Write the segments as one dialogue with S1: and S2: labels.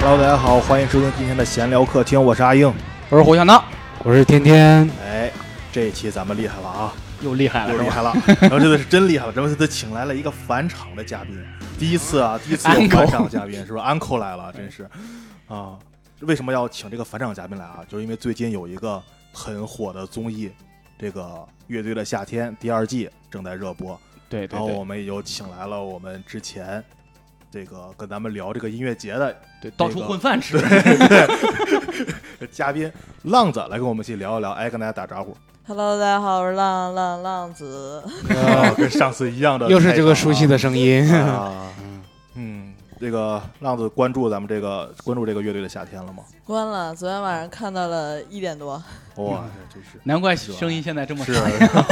S1: Hello，大家好，欢迎收听今天的闲聊客厅，我是阿英。
S2: 我是胡小闹，
S3: 我是天天，
S1: 哎，这一期咱们厉害了啊，
S2: 又厉害
S1: 又
S2: 了，
S1: 厉
S2: 是吧？
S1: 害了，然后这次是真厉害了，咱们这次请来了一个返场的嘉宾，第一次啊，第一次 有
S2: Uncle
S1: 返场嘉宾，是不是？Uncle 来了，真是啊。为什么要请这个返场嘉宾来啊？就是因为最近有一个很火的综艺，这个《乐队的夏天》第二季正在热播，
S2: 对对
S1: 然后
S2: 对
S1: 我们也就请来了我们之前这个跟咱们聊这个音乐节的
S2: 对，到处混饭 吃。
S1: 嘉宾浪子来跟我们一起聊一聊，哎，跟大家打招呼，
S4: Hello，大家好，我是浪浪浪子。
S1: 啊 跟上次一样的，
S3: 又是这个熟悉的声音。
S1: 啊，嗯，这个浪子关注咱们这个关注这个乐队的夏天了吗？
S4: 关了，昨天晚上看到了一点多。
S1: 哇，嗯这真是
S2: 难怪声音现在这么
S1: 啊是
S2: 差。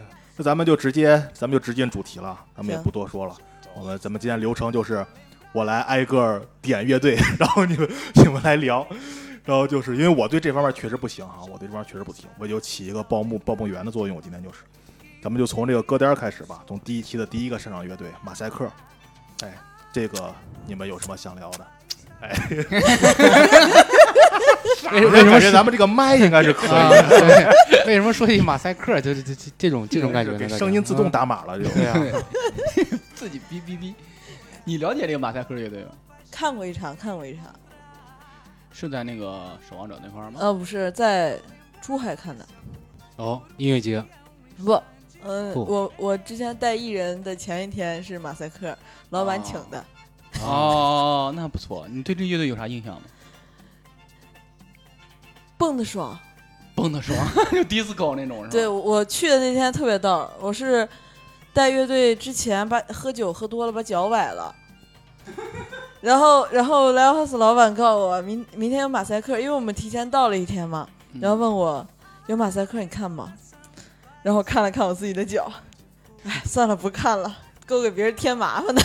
S1: 那咱们就直接，咱们就直接进主题了，咱们也
S4: 行
S1: 不多说了。我们咱们今天流程就是，我来挨个儿点乐队， 然后你们你们来聊。然后就是因为我对这方面确实不行哈、啊我对这方面确实不行，我就起一个报幕报幕员的作用。我今天就是，咱们就从这个歌单儿开始吧，从第一期的第一个上场乐队马赛克。哎，这个你们有什么想聊的？
S3: 为
S1: 我
S3: 为什么
S1: 感觉咱们这个麦应该是可以
S3: 啊
S1: 的，
S3: 对为什么说起马赛克就是这这这种这 种感觉嗯
S1: 给
S3: 呢？
S1: 声音自动
S3: 打。
S1: 打码了就。
S3: 对啊，
S2: 自己哔哔哔。你了解这个马赛克乐队吗？
S4: 看过一场，看过一场。
S2: 是在那个守望者那块儿吗？
S4: 呃，不是在珠海看的，
S3: 哦，音乐节
S4: 不，嗯，
S3: 不
S4: 我我之前带艺人的前一天是马赛克，老板请的。
S2: 哦，那不错。你对这乐队有啥印 象吗？
S4: 蹦的爽，
S2: 蹦的爽，就 disco 那种是吧？
S4: 对我我去的那天特别逗，我是带乐队之前把喝酒喝多了，把脚崴 了，然后然后 l i v e house 老板告诉我明明天有马赛克，因为我们提前到了一天嘛，
S2: 嗯
S4: 然后问我有马赛克你看吗？然后看了看我自己的脚，哎，算了，不看了。够给别人添麻烦的，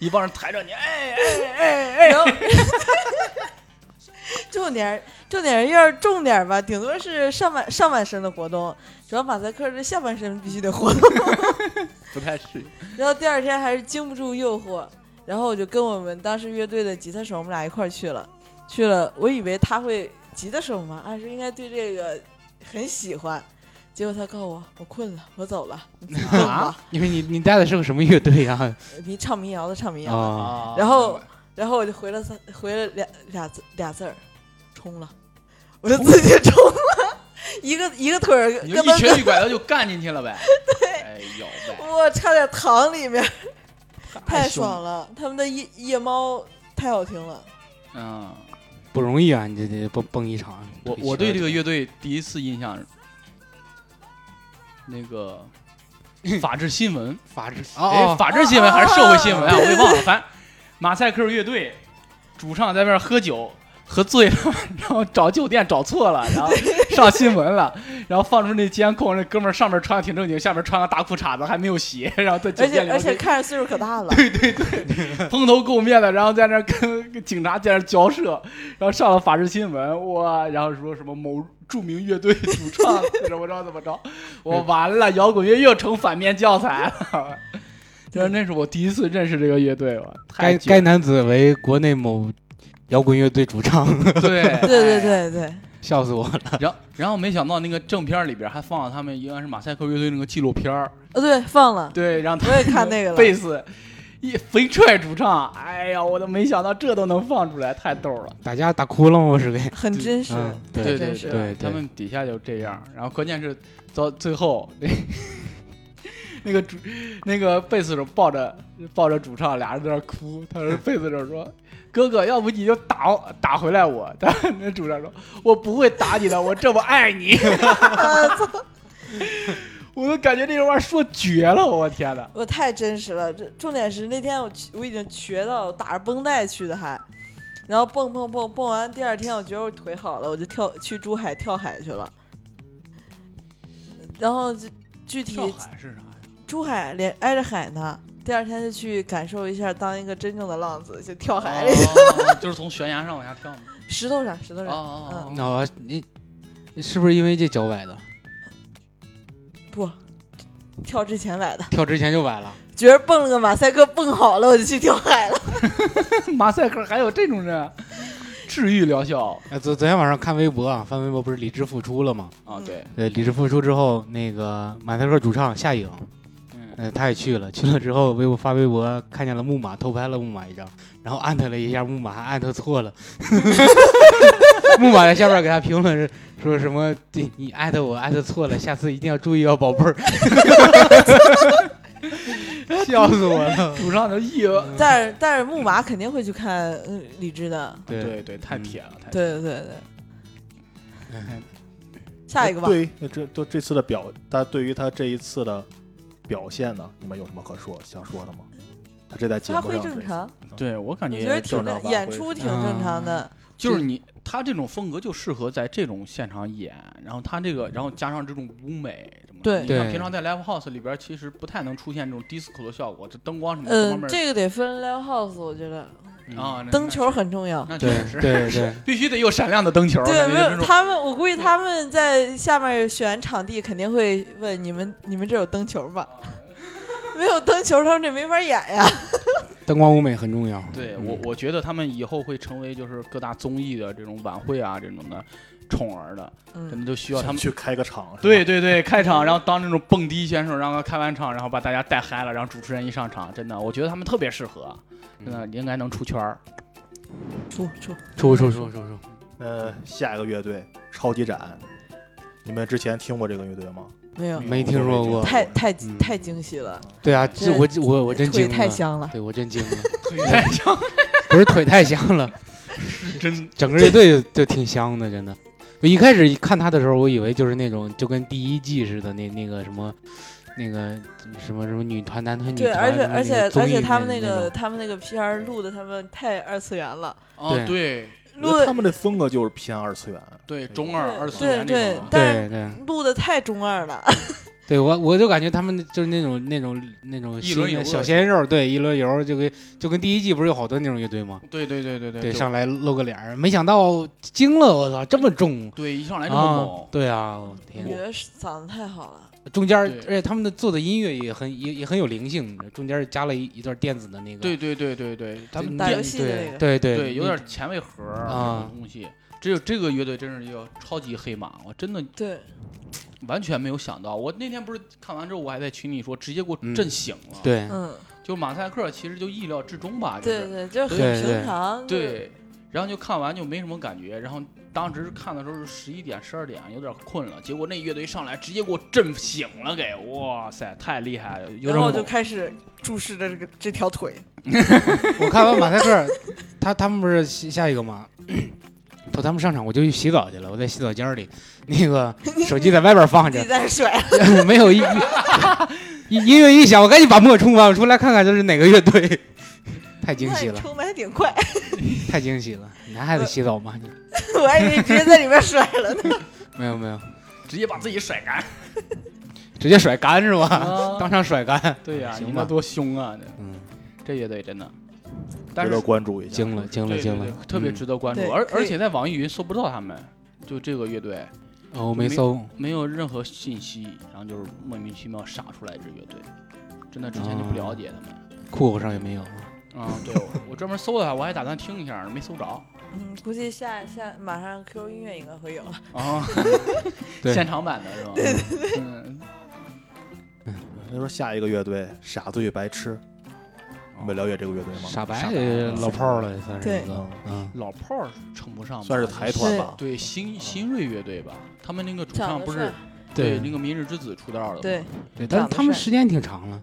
S2: 一帮人抬着你， 哎，
S4: 然后 重点儿重点儿要是重点儿吧，顶多是上半上半身的活动，主要马赛克这下半身必须得活动。
S2: 不太是。
S4: 然后第二天还是经不住诱惑，然后我就跟我们当时乐队的吉他手，我们俩一块儿去了，去了。我以为他会吉他手嘛，按说应该对这个很喜欢，结果他告诉我我困了，我走了，你自己蹦吧
S2: 啊。
S3: 因为你你带的是个什么乐队 呀？
S4: 你唱民谣的唱民谣，
S3: 啊，
S2: 啊
S4: 然后然后我就回了三回了俩俩字俩字儿，冲了，我就自己冲了，一个一个腿儿
S2: 你就
S4: 根
S2: 一
S4: 本
S2: 瘸一拐的就干进去了 呗。对，哎呦喂，
S4: 我差点躺里面，太
S2: 凶了。
S4: 爽了！他们的夜夜猫太好听了。
S2: 嗯，
S3: 不容易啊！你这这蹦蹦一场，
S2: 我我对这个乐队第一次印象是，那 个法治新闻，
S3: 法制
S2: 哎，
S3: 哦，
S2: 法制新闻还是社会新闻啊？
S4: 哦
S2: 我给忘了。反正马赛克乐队主唱在外边喝酒，喝醉了，然后找酒店找错了，然后上新闻了，然后放出那监控，那哥们儿上面穿的挺正经，下面穿个大裤衩子，还没有鞋，然后在酒
S4: 而且
S2: 店
S4: 而且
S2: 里
S4: 看着岁数可大了，
S2: 蓬头垢面的，然后在那儿跟 跟警察在那儿交涉，然后上了法制新闻，哇，然后说什么某著名乐队主唱怎么着怎么着，
S4: 嗯
S2: 我完了，摇滚乐又成反面教材了。 就是那是我第一次认识这个乐队吧，太
S3: 该
S2: 绝
S3: 该男子为国内某摇滚乐队主唱，
S2: 对对
S4: 对 对
S2: 哎
S4: 对对，
S3: 笑死我了！
S2: 然后然后没想到那个正片里边还放了他们应该是马赛克乐队那个纪录片儿，
S4: 呃对，放了，
S2: 对，让他
S4: 我也看那个了
S2: 贝斯一肥踹主唱，哎呀，我都没想到这都能放出来，太逗了。
S3: 打架打哭了吗？我是给
S4: 很真实。
S3: 嗯，
S2: 对
S3: 对
S2: 对
S4: 真是
S3: 对
S2: 啊他们底下就这样，然后关键是到最后那 那个主那个贝斯手抱着抱着主唱，俩人在那儿哭。他 说贝斯手说：“哥哥，要不你就打我打回来我。” 但是那主唱说：“我不会打你的，我这么爱你。”我都感觉这玩意儿说绝了，我天哪！
S4: 我太真实了，这重点是那天我去我已经瘸到打着绷带去的还，然后蹦蹦蹦蹦完，第二天我觉得我腿好了，我就跳去珠海跳海去了。然后就具体
S2: 海是啥呀？
S4: 珠海连挨着海呢，第二天就去感受一下当一个真正的浪子，就跳海里、
S2: 哦就是从悬崖上往下跳吗？
S4: 石头上石头上、
S2: 哦
S3: 那我你你是不是因为这脚崴的？
S4: 不跳之前崴的，
S3: 跳之前就崴了。
S4: 觉着蹦了个马赛克蹦好了，我就去跳海了。
S2: 马赛克还有这种人，啊治愈疗效
S3: 哎，昨昨天晚上看微博啊，翻微博不是理智复出了吗？
S4: 嗯
S2: 啊，对，
S3: 对，理智复出之后，那个马赛克主唱夏颖，
S2: 嗯，
S3: 呃，他也去了，去了之后微博发微博看见了木马，偷拍了木马一张，然后艾特了一下木马，还艾特错了。 木马在下边给他评论是说什么？对你艾特我艾特错了，下次一定要注意哦，宝贝儿。 笑死我了。
S2: 主唱的意味，
S4: 但是但是木马肯定会去看嗯李志的，
S3: 对
S2: 对嗯对，太铁了，太铁了
S4: 对对对对。下一个吧，
S1: 对，那这就这次的表，他对于他这一次的表现呢，你们有什么可说想说的吗？他这在节
S4: 发
S1: 目
S4: 挥
S1: 上这
S4: 正，常，
S2: 对我感
S4: 我觉得
S2: 觉
S4: 挺
S1: 正常
S4: 正
S1: 发挥
S4: 演出挺正常的。
S2: 就是你他这种风格就适合在这种现场演，然后他这个，然后加上这种舞美什么的，
S4: 嗯对
S2: 你像
S3: 对
S2: 平常在 live house 里边其实不太能出现这种 disco 的效果，这灯光什么各方
S4: 嗯，
S2: 面
S4: 这个得分 live house，我觉得
S3: 哦
S2: 啊，那
S4: 灯球很重要。
S2: 那确
S3: 对
S2: 实是
S3: 对对，
S2: 必须得有闪亮的灯球，
S4: 对，
S2: 感觉就
S4: 没
S2: 是那
S4: 有
S2: 种
S4: 他们，我估计他们在下面选场地肯定会问你们：你们这有灯球吗？没有灯球，他们这没法演呀。
S3: 灯光舞美很重要。
S2: 对我，我觉得他们以后会成为就是各大综艺的这种晚会啊这种的宠儿的，可
S4: 嗯，
S2: 能就需要他们。
S1: 去开个场，是吧
S2: 对，对对，开场，然后当那种蹦迪选手，然后开完场，然后把大家带嗨了，然后主持人一上场，真的，我觉得他们特别适合，真
S3: 嗯
S2: 的应该能出圈 儿。
S4: 出出
S3: 出出出出出，
S1: 呃，下一个乐队超级展，你们之前听过这个乐队吗？
S4: 没有，
S3: 没听说过
S4: 嗯太太
S3: 嗯
S4: 太惊喜了，
S3: 对啊，这我我我真
S4: 腿
S3: 惊了，
S4: 太香了。
S3: 对我真 惊了，
S2: 太香，
S3: 不是腿太香了，
S2: 真
S3: 整个乐队就挺香的，真的。我一开始一看他的时候，我以为就是那种就跟第一季似的那那个什么，那个什么什么女团、男团、女
S4: 对，
S3: 团，
S4: 而且
S3: 什么那
S4: 而且
S3: 个综
S4: 而
S3: 艺
S4: 且他们
S3: 里面
S4: 那
S3: 的那
S4: 个
S3: 种
S4: 他们那个片儿录的，他们太二次元了，
S2: 哦，
S3: 对
S2: 对
S1: 我觉得
S4: 录
S1: 他们的风格就是偏二次元，
S2: 对，中二
S4: 对
S2: 二次元
S4: 对
S2: 那种的，
S4: 但是
S3: 对对
S4: 录的太中二了。
S3: 对，我我就感觉他们就是那种那种那种
S2: 一轮
S3: 新的
S2: 游
S3: 小鲜肉，对一轮游就跟就跟第一季不是有好多那种乐队吗？
S2: 对对对对对
S3: 对，
S2: 就
S3: 上来露个脸儿，没想到惊了，我操，这么重
S2: 对一上来这么
S3: 啊
S2: 猛！，
S3: 对啊，我天
S4: 女，的嗓子太好了，
S3: 中间儿
S2: 对
S3: 而且他们的做的音乐也很也也很有灵性，中间儿加了一一段电子的那个，
S2: 对对对对对，他们
S4: 打
S2: 电
S4: 游戏的那个，
S3: 对对
S2: 对，有点前卫盒儿
S3: 啊
S2: 这种东西。只有这个乐队真是叫超级黑马，我真的
S4: 对，
S2: 完全没有想到。我那天不是看完之后，我还在群里说，直接给我
S3: 嗯
S2: 震醒了。，
S3: 对
S4: 嗯，
S2: 就马赛克其实就意料之中吧，就
S4: 对
S2: 是
S4: 对，就是
S3: 对
S4: 很
S3: 对
S4: 平常，就
S2: 对
S4: 是
S2: 然后就看完就没什么感觉，然后当时看的时候是十一点、十二点，有点困了。结果那乐队上来，直接给我震醒了给，哇塞，太厉害了！有
S4: 然后我
S2: 种
S4: 就开始注视着这个这条腿，
S3: 我看完马赛克儿，他他们不是下下一个吗？ 等他们上场，我就去洗澡去了。我在洗澡间儿里，那个手机在外边放
S4: 自 己
S3: 着，
S4: 在那甩。
S3: 没有音音音乐一响，我赶紧把墨冲完，我出来看看这是哪个乐队。 太惊
S4: 那
S3: 喜
S4: 你
S3: 了，
S4: 冲的还挺快，
S3: 太惊喜了！男孩子洗澡吗？你
S4: 我还以为直接在里面甩了 呢。
S3: 没有没有，
S2: 直接把自己甩干。
S3: 直接甩干是吧？
S2: 啊
S4: 哦
S3: 当场甩干，
S2: 对哎呀、
S3: 行
S2: 你
S3: 吧
S2: 们多凶啊！
S3: 嗯，
S2: 这乐队真的，但
S1: 值
S2: 是
S1: 得关注一下。
S3: 惊了惊了
S2: 对对
S3: 惊了嗯
S2: 对，，特别值得关注。
S4: 对
S2: 而
S4: 可以
S2: 而且在网易云搜不到他们，就这个乐队
S3: 嗯。哦，我没搜，
S2: 没有任何信息，然后就是莫名其妙杀出来一支乐队，真的之前就不
S3: 啊
S2: 了解他们。
S3: 酷狗上也没有。
S2: 啊、对，我我专门搜了下，我还打算听一下，没搜着
S4: 嗯，估计下下马上 QQ 音乐应该会有了。
S2: 啊。
S3: 对
S2: 现场版的是吧？对对对。嗯，
S1: 他说下一个乐队傻子与白痴，
S2: 哦
S1: 你们了解这个乐队吗？
S3: 傻白
S2: 傻白
S3: 呃老炮儿了，也算是
S4: 对
S3: 一个，嗯，
S2: 老炮儿称不上吧，
S1: 算是台团吧。
S2: 对新新锐乐队吧，他们那个主
S4: 长
S2: 唱
S4: 得
S2: 不是
S4: 帅
S2: 对那个明日之子出道的，
S4: 对
S3: 嗯对，但是他们时间挺长了，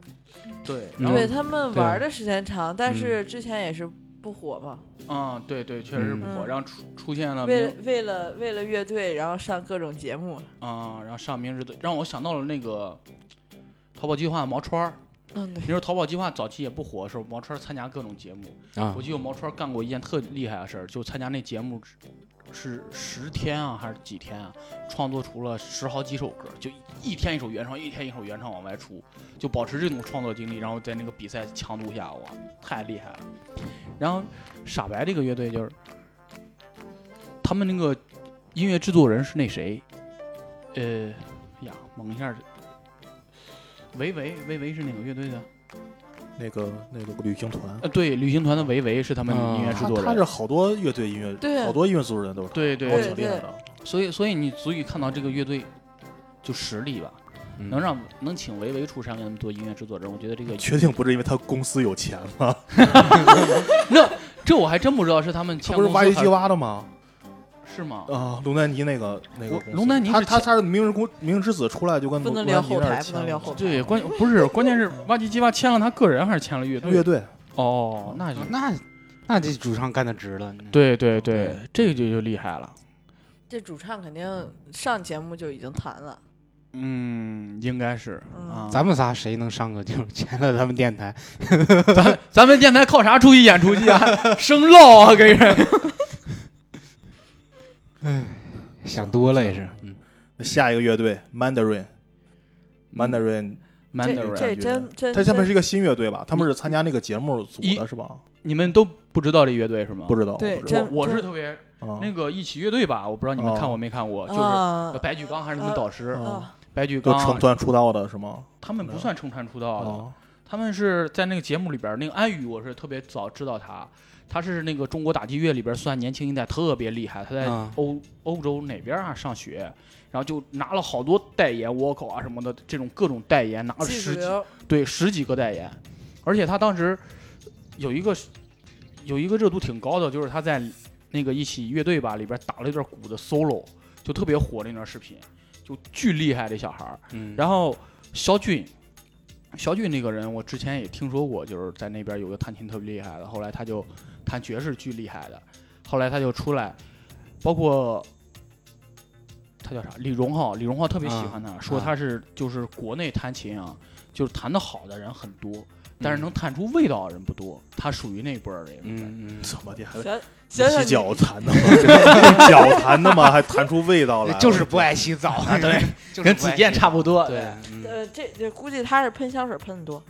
S2: 对，
S3: 嗯
S2: 然后
S4: 对，他们玩儿的时间长，但是之前也是不火嘛。
S2: 啊，对对，确实是不
S4: 嗯
S2: 火，然后出出现了
S4: 为
S2: 明
S4: 了为了为了乐队，然后上各种节目。
S2: 啊，然后上明日的，让我想到了那个淘宝计划毛川儿。
S4: 嗯，对
S2: 你，说淘宝计划早期也不火的时候，毛川儿参加各种节目，
S3: 啊
S2: 我，记得毛川儿干过一件特厉害的事儿，就参加那节目是十天啊还是几天啊，创作出了十好几首歌，就一天一首原创，一天一首原创往外出，就保持这种创作精力，然后在那个比赛强度下，哇，太厉害了。然后傻白这个乐队就是他们那个音乐制作人是那谁， 呃呀，猛一下儿，维维维维是哪个乐队的？
S1: 那个那个旅行团，
S2: 呃，对，旅行团的维维是他 们
S3: 嗯
S2: 音乐制
S1: 他
S2: 作
S1: 他
S2: 人，
S1: 是好多乐队音乐，
S4: 对
S1: 好多音乐制作人都是他，
S2: 对对
S1: 哦
S4: 对
S1: 挺厉害的。
S2: 所以所以你足以看到这个乐队就实力吧，
S3: 嗯
S2: 能让能请维维出山给他们做音乐制作人，我觉得这个
S1: 确定不是因为他公司有钱吗？
S2: 那这我还真不知道是他们
S1: 他
S2: 签
S1: 不是
S2: 公
S1: 挖
S2: 司
S1: 一鸡
S2: 还
S1: 挖的吗？
S2: 是吗？
S1: 啊，龙丹尼那个那个
S2: 我
S1: 公司，
S2: 龙丹尼
S1: 他
S2: 是
S1: 他
S2: 前
S1: 他是明日公明日之子出来就跟
S4: 不能
S1: 龙
S4: 聊
S1: 丹尼
S4: 后
S1: 那儿
S4: 台不能
S1: 签
S4: 聊
S1: 了
S4: 后台
S2: 对，关不是关键是挖机鸡巴签了他个人还是签了乐队？
S1: 乐队，
S2: 哦，那就
S3: 那那这主唱干的值了。对，
S2: 对对对，这个就就厉害了。
S4: 这主唱肯定上节目就已经谈了，
S2: 嗯，应该是
S4: 嗯
S2: 啊。
S3: 咱们仨谁能上个就是签了咱们 电台？
S2: 咱咱们电台靠啥出去演出去啊？生唠啊，给人。
S3: 想多了也是，嗯，
S1: 下一个乐队 Mandarin。Mandarin，
S4: 这
S2: Mandarin，
S4: 这
S1: 感觉
S4: 真真
S1: 他下面
S4: 真
S1: 是一个新乐队吧？他们是参加那个节目组的是吧？
S2: 你们都不知道这乐队是吗？
S1: 不知道，
S4: 对
S1: 我不知
S4: 这
S1: 道
S2: 我
S4: 真
S2: 我是
S4: 真
S2: 特别
S1: 啊
S2: 那个一起乐队吧，我不知道你们看过没看过，就是
S4: 啊
S2: 白举纲还是你们导师
S1: 啊
S4: 啊
S2: 白举
S1: 就成
S2: 纲，
S1: 团出道的是吗？
S2: 他们不算成团出道的，
S1: 啊，
S2: 他们是在那个节目里边儿，那个安宇我是特别早知道他，他是那个中国打击乐里边儿算年轻一代特别厉害，他在
S3: 啊
S2: 欧、欧洲哪边儿啊上学，然后就拿了好多代言 w o c a 啊什么的，这种各种代言拿了
S4: 技术
S2: 十几
S4: 流
S2: 对十几个代言，而且他当时有一个有一个热度挺高的，就是他在那个一起乐队吧里边打了一段鼓的 solo，就特别火那段视频，就巨厉害这小孩儿。
S3: 嗯
S2: 然后肖俊，肖俊那个人我之前也听说过，就是在那边有个弹琴特别厉害的，后来他就弹爵士巨厉害的，后来他就出来，包括。他叫啥？李荣浩，李荣浩特别喜欢他，说他是就是国内弹琴啊，就是弹得好的人很多，但是能弹出味道的人不多。他属于那一波儿的人。
S3: 嗯嗯，
S1: 怎么的还
S4: 想想
S1: 呃洗
S4: 想
S1: 脚弹的吗？ 用脚弹的吗？还弹出味道来？
S3: 就是不爱洗 澡，对，
S2: 跟子健差不多，
S3: 对，
S4: 你
S3: 嗯
S4: 呃，这这估计他是喷香水喷的多，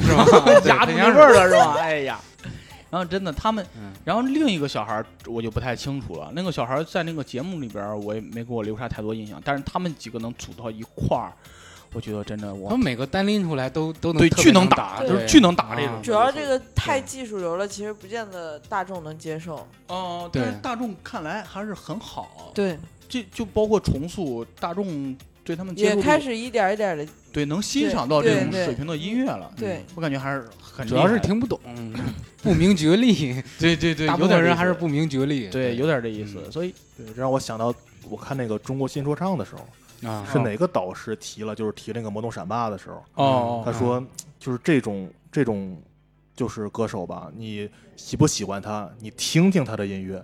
S3: 是吧？
S2: 牙
S3: 对
S2: 都没味儿了是吧？哎呀， 然后真的他们
S3: 嗯，
S2: 然后另一个小孩儿我就不太清楚了，那个小孩儿在那个节目里边儿我也没给我留下太多印象，但是他们几个能组到一块儿，我觉得真的
S3: 他
S2: 我
S3: 们每个单拎出来都都能
S2: 对
S3: 特别
S2: 巨能
S3: 打，
S2: 打，就是
S3: 对
S2: 巨能打这种
S3: 啊。
S4: 主要这
S2: 个
S4: 个太技术流了，其实不见得大众能接受。
S2: 哦，但是
S3: 对
S2: 大众看来还是很好，
S4: 对，
S2: 这就包括重塑大众对他们接
S4: 也
S2: 受嗯
S4: 开
S2: 度
S4: 始一点儿一点的，
S2: 对能欣
S4: 对
S2: 赏到这
S4: 对
S2: 种
S4: 对
S2: 水平的音乐了，
S4: 对，
S2: 我感觉嗯还是很
S3: 主要
S2: 厉
S3: 是
S2: 害的
S3: 听不懂， 不明觉厉，
S2: 对对对，
S3: 大部
S2: 有点这
S3: 分人
S2: 意
S3: 还是
S2: 思
S3: 不明觉厉。
S2: 对有点这意思，
S3: 嗯
S2: 所以
S1: 对，这让我想到我看那个中国新说唱的时候，
S3: 啊，
S1: 是哪个导师提了？就是提那个魔动闪霸的时候，
S2: 哦，
S1: 他说就是这种这种就是歌手吧，你喜不喜欢他？你听听他的音乐。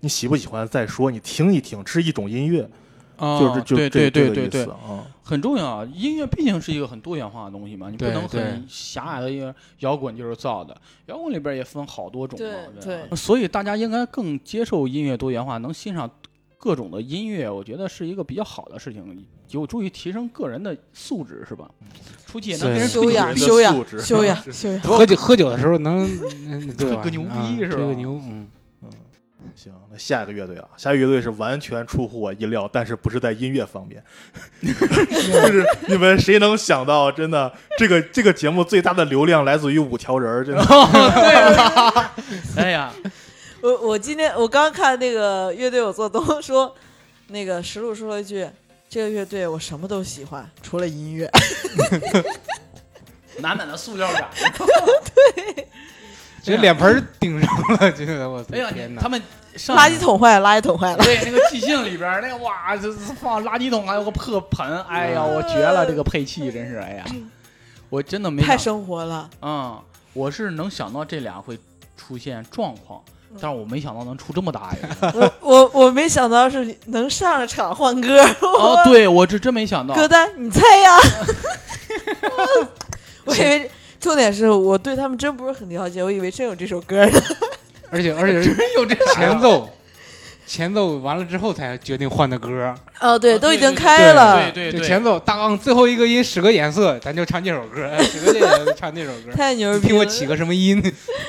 S1: 你喜不喜欢再说，你听一听，是一种音乐，
S2: 哦
S1: 就是就
S2: 对对
S1: 这
S2: 对
S1: 这个
S2: 对
S1: 意
S2: 对
S1: 思，啊。
S2: 很重要啊。音乐毕竟是一个很多元化的东西嘛，你不
S3: 对
S2: 能
S3: 对
S2: 很狭隘的一个摇滚就是造的，摇滚里边也分好多种嘛。
S4: 对
S2: 吧所以大家应该更接受音乐多元化，能欣赏各种的音乐，我觉得是一个比较好的事情，有助于提升个人的素质，是吧？
S3: 嗯
S2: 出去也能
S3: 对
S2: 跟人
S4: 修
S2: 吹
S4: 养、
S2: 牛
S1: 素
S4: 修养、
S1: 质
S4: 修养、修养。
S3: 喝酒喝酒的时候能嗯对吧
S2: 吹个牛逼
S3: 啊
S2: 是吧
S3: 吹个牛，嗯，
S1: 嗯，行，那下一个乐队啊，下一个乐队是完全出乎我意料，但是不是在音乐 方面，就是你们谁能想到，真的这个这个节目最大的流量来自于五条人儿，真的
S2: 哎呀，
S4: 我我今天我刚看那个乐队，我做东说，那个石路说了一句：“这个乐队我什么都喜欢，除了音乐。
S2: 满满的塑料啊感。
S3: 这脸盆儿顶上了，这个我
S2: 哎呀，
S3: 天
S2: 你
S3: 哪
S2: 他！们”上
S4: 垃圾桶坏了，垃圾桶坏了。
S2: 对，那个即兴里边儿，那个哇，这这放垃圾桶还有个破盆，哎呀，
S4: 嗯
S2: 我绝了，这个配器真是，哎呀，我真的没
S4: 太
S2: 想，
S4: 生活了，
S2: 嗯，我是能想到这俩会出现状况，但是我没想到能出这么大呀！
S4: 我我我没想到是能上场换歌。
S2: 哦，对，我是真没想到，
S4: 歌单你猜呀？我以为重点是我对他们真不是很了解，我以为真有这首歌呢。
S3: 而且而且是
S2: 有这
S3: 前奏，前奏完了之后才决定换的歌。
S4: 哦，对，都已经
S2: 对
S4: 开了，
S2: 对
S3: 就
S2: 对
S3: 前
S2: 对，
S3: 奏大纲最后一个音使个眼色，咱就唱这首 歌，使个这个就唱这首歌。
S4: 太牛
S3: 你
S4: 逼
S3: 听我
S4: 了！
S3: 起个什么音？